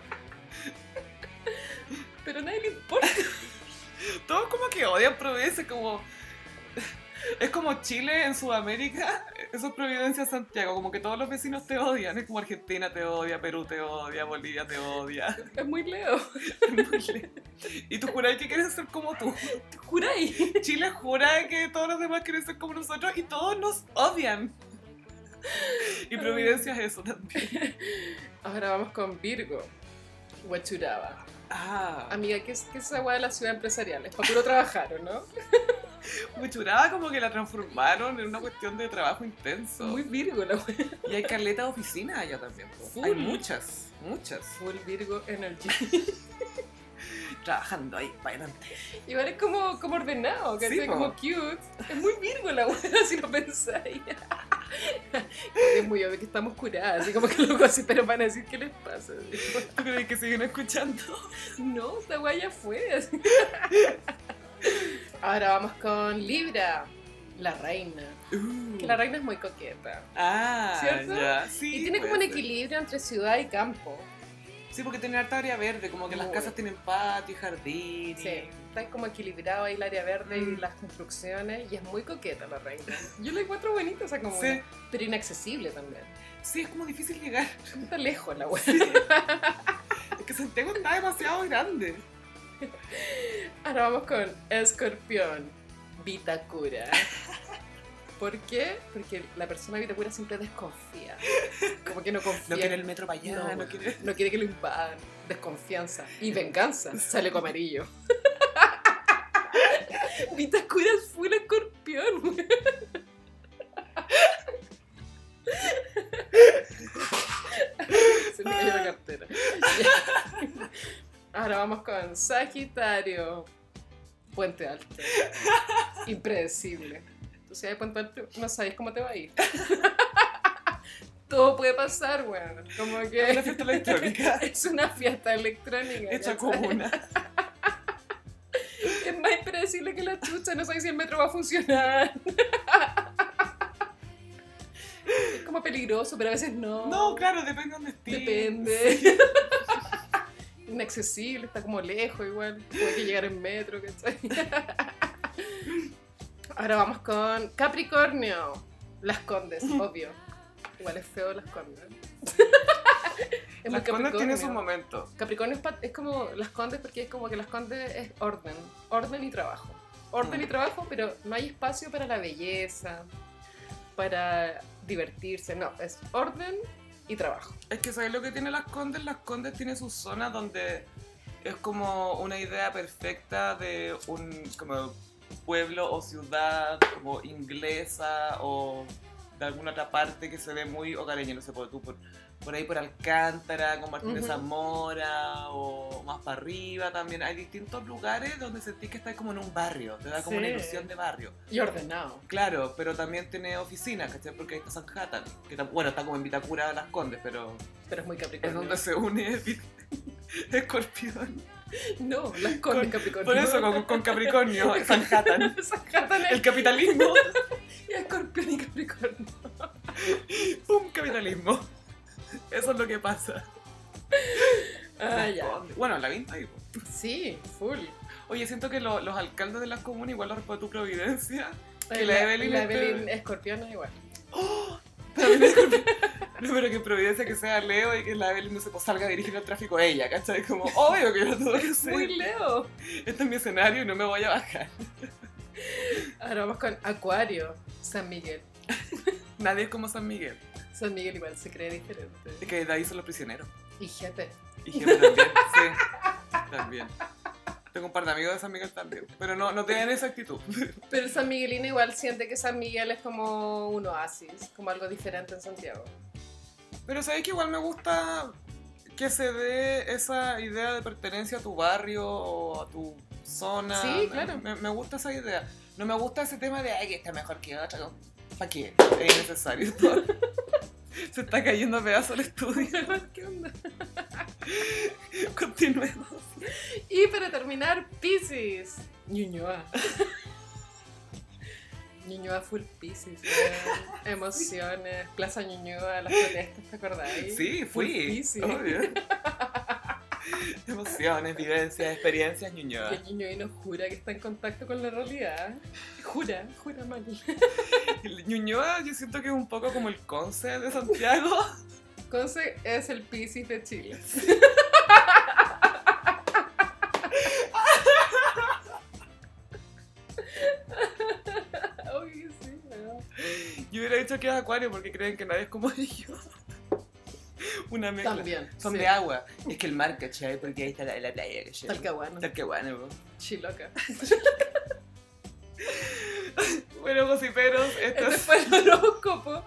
S2: [LAUGHS] pero a nadie le importa.
S1: Todos como que odian Providencia, como... [LAUGHS] Es como Chile en Sudamérica, [LAUGHS] eso es Providencia Santiago, como que todos los vecinos te odian, es como Argentina te odia, Perú te odia, Bolivia te odia. [LAUGHS]
S2: Es muy Leo.
S1: y tú juráis que quieres ser como tú.
S2: Juráis.
S1: Chile jura que todos los demás quieren ser como nosotros y todos nos odian. [LAUGHS] Y Providencia es eso también.
S2: Ahora vamos con Virgo. Huachuraba.
S1: Ah,
S2: Amiga, ¿qué es, qué es esa weá de la ciudad empresarial? Es para puro trabajar, ¿o ¿no?
S1: Muchuraba como que la transformaron en una cuestión de trabajo intenso.
S2: Muy Virgo la weá.
S1: Y hay caleta de oficina allá también. po.
S2: Full.
S1: Hay muchas, muchas.
S2: Full Virgo energy.
S1: Trabajando ahí, para adelante.
S2: [LAUGHS] Igual es como, como ordenado, que
S1: Sí, po.
S2: como cute. Es muy Virgo la weá, [LAUGHS] si lo pensáis. Es muy obvio que estamos curadas, así como que loco así, pero van a decir qué les pasa.
S1: ¿Tú crees que siguen escuchando?
S2: No, esta weá ya fue. así. [LAUGHS] Ahora vamos con Libra, la reina. Que la reina es muy coqueta.
S1: Uh, Ah,
S2: ¿Cierto?
S1: ya. Sí,
S2: y tiene como un
S1: puede
S2: equilibrio entre ciudad y campo.
S1: ser. Sí, porque tiene harta área verde, como que las
S2: Muy.
S1: casas tienen patio, y jardín. y-
S2: Sí, está como equilibrado ahí el área verde y
S1: Eh, Mm.
S2: las construcciones. Y es muy coqueta la reina. Yo la encuentro bonita esa comuna.
S1: Sí.
S2: Pero inaccesible también.
S1: Sí, es como difícil llegar.
S2: Está lejos la wea. [LAUGHS]
S1: Es que Santiago está demasiado grande.
S2: Ahora vamos con Escorpión, Vitacura. ¿Por qué? Porque la persona Vitacura siempre desconfía. Como que no
S1: No
S2: confía.
S1: quiere el metro para allá,
S2: No,
S1: no,
S2: bueno.
S1: quiere.
S2: [LAUGHS] No quiere que lo invadan. Desconfianza y venganza. Sale con amarillo.
S1: [LAUGHS]
S2: Vitacura es full escorpión. [LAUGHS] weón. Se me cayó la cartera. [LAUGHS] Ya. Ahora vamos con Sagitario. Puente Alto. Impredecible. Tú si vas a Puente Alto, no sabes cómo te va a ir. [LAUGHS] Todo puede pasar, bueno. Como que...
S1: Es una fiesta electrónica.
S2: [LAUGHS] Es una fiesta electrónica.
S1: Hecha
S2: ¿cachai?
S1: comuna.
S2: Es más impredecible que la chucha, no sabes si el metro va a funcionar. [LAUGHS] Es como peligroso, pero a veces no.
S1: No, claro, depende de dónde estés.
S2: Depende. [LAUGHS] Inaccesible, está como lejos igual. Puede que llegar en metro, ¿cachai? [LAUGHS] Ahora vamos con Capricornio. Las Condes, obvio. Igual es feo Las Condes. [LAUGHS] Es muy
S1: Las condas tienen sus
S2: Capricornio.
S1: momentos.
S2: Capricornio es, pa- es como las condes porque es como que las condes es orden, orden y trabajo. Orden y
S1: Mm.
S2: trabajo, pero no hay espacio para la belleza, para divertirse, no, es orden y trabajo.
S1: Es que ¿sabes lo que tiene Las Condes? Las Condes tiene sus zonas donde es como una idea perfecta de un como pueblo o ciudad como inglesa o de alguna otra parte que se ve muy hogareña, no sé, por, tú, por, por ahí por Alcántara, con Martín de
S2: Ujú.
S1: Zamora o más para arriba también. Hay distintos lugares donde sentís que estás como en un barrio, te da como una
S2: Sí.
S1: ilusión de barrio.
S2: Y ordenado.
S1: Claro, pero también tiene oficinas, ¿cachai? Porque ahí está San Jatan, que tam- bueno, está como en Vitacura Las Condes, pero
S2: Pero es muy
S1: es [LAUGHS]
S2: Capricornio.
S1: donde se une Escorpión
S2: No, las con,
S1: Con-
S2: Capricornio.
S1: Por eso,
S2: [LAUGHS]
S1: con, con Capricornio, Manhattan.
S2: Manhattan es
S1: El
S2: [LAUGHS]
S1: capitalismo.
S2: y Escorpión y Capricornio.
S1: ¡Pum! Capitalismo. Eso es lo que pasa.
S2: Ah, ya.
S1: Bueno, la vinta ahí. po.
S2: Sí, full.
S1: Oye, siento que lo- los alcaldes de las comunas, igual los de tu providencia, [LAUGHS] Que
S2: Eh,
S1: la Evelyn
S2: la
S1: es
S2: Evelyn
S1: peor.
S2: escorpiona igual.
S1: No, pero que en Providencia que sea Leo y que la Evelyn no se pues, salga a dirigir el tráfico ella, ¿cachai? Como, obvio que yo lo tuve que hacer.
S2: Muy Leo.
S1: Este es mi escenario y no me voy a bajar.
S2: Ahora vamos con Acuario, San Miguel.
S1: Nadie es como San Miguel.
S2: San Miguel igual se cree diferente.
S1: Y que de ahí son los prisioneros.
S2: Y jefe.
S1: Y Gemma también, sí. También. Tengo un par de amigos de San Miguel también. Pero no, no tienen esa actitud.
S2: Pero San Miguelino igual siente que San Miguel es como un oasis, como algo diferente en Santiago.
S1: Pero sabéis que igual me gusta que se dé esa idea de pertenencia a tu barrio o a tu zona.
S2: Sí,
S1: Me-
S2: claro.
S1: Me, me gusta esa idea. No me gusta ese tema de, ay, que está mejor que otra. como, ¿Para qué? Es innecesario. todo. [LAUGHS] se está cayendo a pedazos el estudio.
S2: [LAUGHS]
S1: [LAUGHS]
S2: ¿Qué onda?
S1: Continuemos.
S2: Y para terminar, Pisces. Ñuñoa. [LAUGHS] Ñuñoa full Pisces. weón. [LAUGHS] Emociones, Plaza Ñuñoa, las protestas, ¿te acordáis?
S1: Sí, fui.
S2: Difícil.
S1: Obvio. Emociones, vivencias, experiencias, ñuñoa.
S2: Que el ñuñoíno jura que está en contacto con la realidad. Jura, jura mal.
S1: El Ñuñoa yo siento que es un poco como el conce de Santiago.
S2: [LAUGHS] Conce es el Pisces de Chile. Obvio que sí, no.
S1: Yo hubiera dicho que es acuario porque creen que nadie es como [LAUGHS] ellos. Una mezcla.
S2: También.
S1: Son
S2: sí.
S1: de agua. Es que el mar, ¿cachai? Porque ahí está la, la playa, ¿cachai?
S2: Talcahuano.
S1: Talcahuano, po. [LAUGHS]
S2: Chiloca.
S1: Bueno, gossiperos, esto
S2: Este
S1: es...
S2: fue el horóscopo.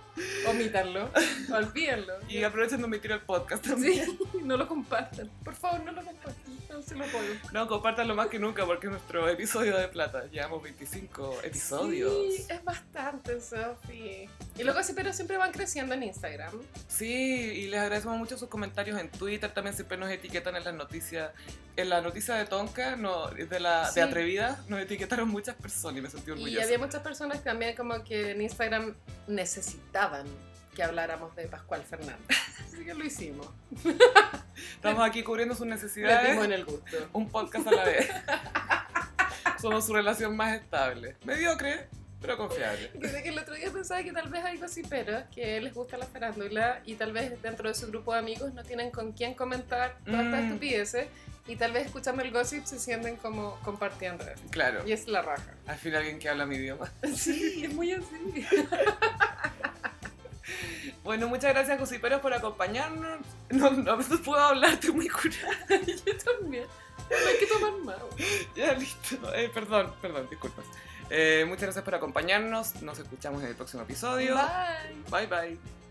S2: Omítanlo. Olvídenlo.
S1: Y aprovechen de omitir el podcast también.
S2: Sí, no lo compartan. Por favor, no lo compartan. No se lo puedo.
S1: No, compártanlo más que nunca porque es nuestro episodio de plata. Llevamos 25 episodios.
S2: Sí, es bastante, Sofi. Y los gossiperos siempre van creciendo en Instagram.
S1: Sí, y les agradecemos mucho sus comentarios en Twitter. También siempre nos etiquetan en las noticias. En la noticia de Tonka, no, de, la,
S2: Sí.
S1: de Atrevida, nos etiquetaron muchas personas y me sentí
S2: Y
S1: orgullosa.
S2: había muchas personas también como que en Instagram necesitaban que habláramos de Pascual Fernández. [LAUGHS] Así que lo hicimos.
S1: Estamos aquí cubriendo sus
S2: Le
S1: necesidades.
S2: dimos en el gusto.
S1: un podcast a la vez. [LAUGHS] Somos su relación más estable. Mediocre, pero confiable.
S2: Desde que el otro día pensaba que tal vez hay gossiperos que les gusta la farándula y tal vez dentro de su grupo de amigos no tienen con quién comentar todas estas
S1: Mm.
S2: estupideces y tal vez escuchando el gossip se sienten como compartiendo. eso.
S1: Claro,
S2: Y es la raja.
S1: al fin alguien que habla mi idioma. [LAUGHS]
S2: Sí, es muy así.
S1: Bueno, muchas gracias, Gossiperos, por acompañarnos. No, no, no puedo hablar, estoy muy curada.
S2: [LAUGHS] Yo también. No hay que tomar más.
S1: [LAUGHS] Ya, listo. Eh, perdón, perdón, disculpas. Eh, muchas gracias por acompañarnos. Nos escuchamos en el próximo episodio. Bye,
S2: Bye.
S1: bye.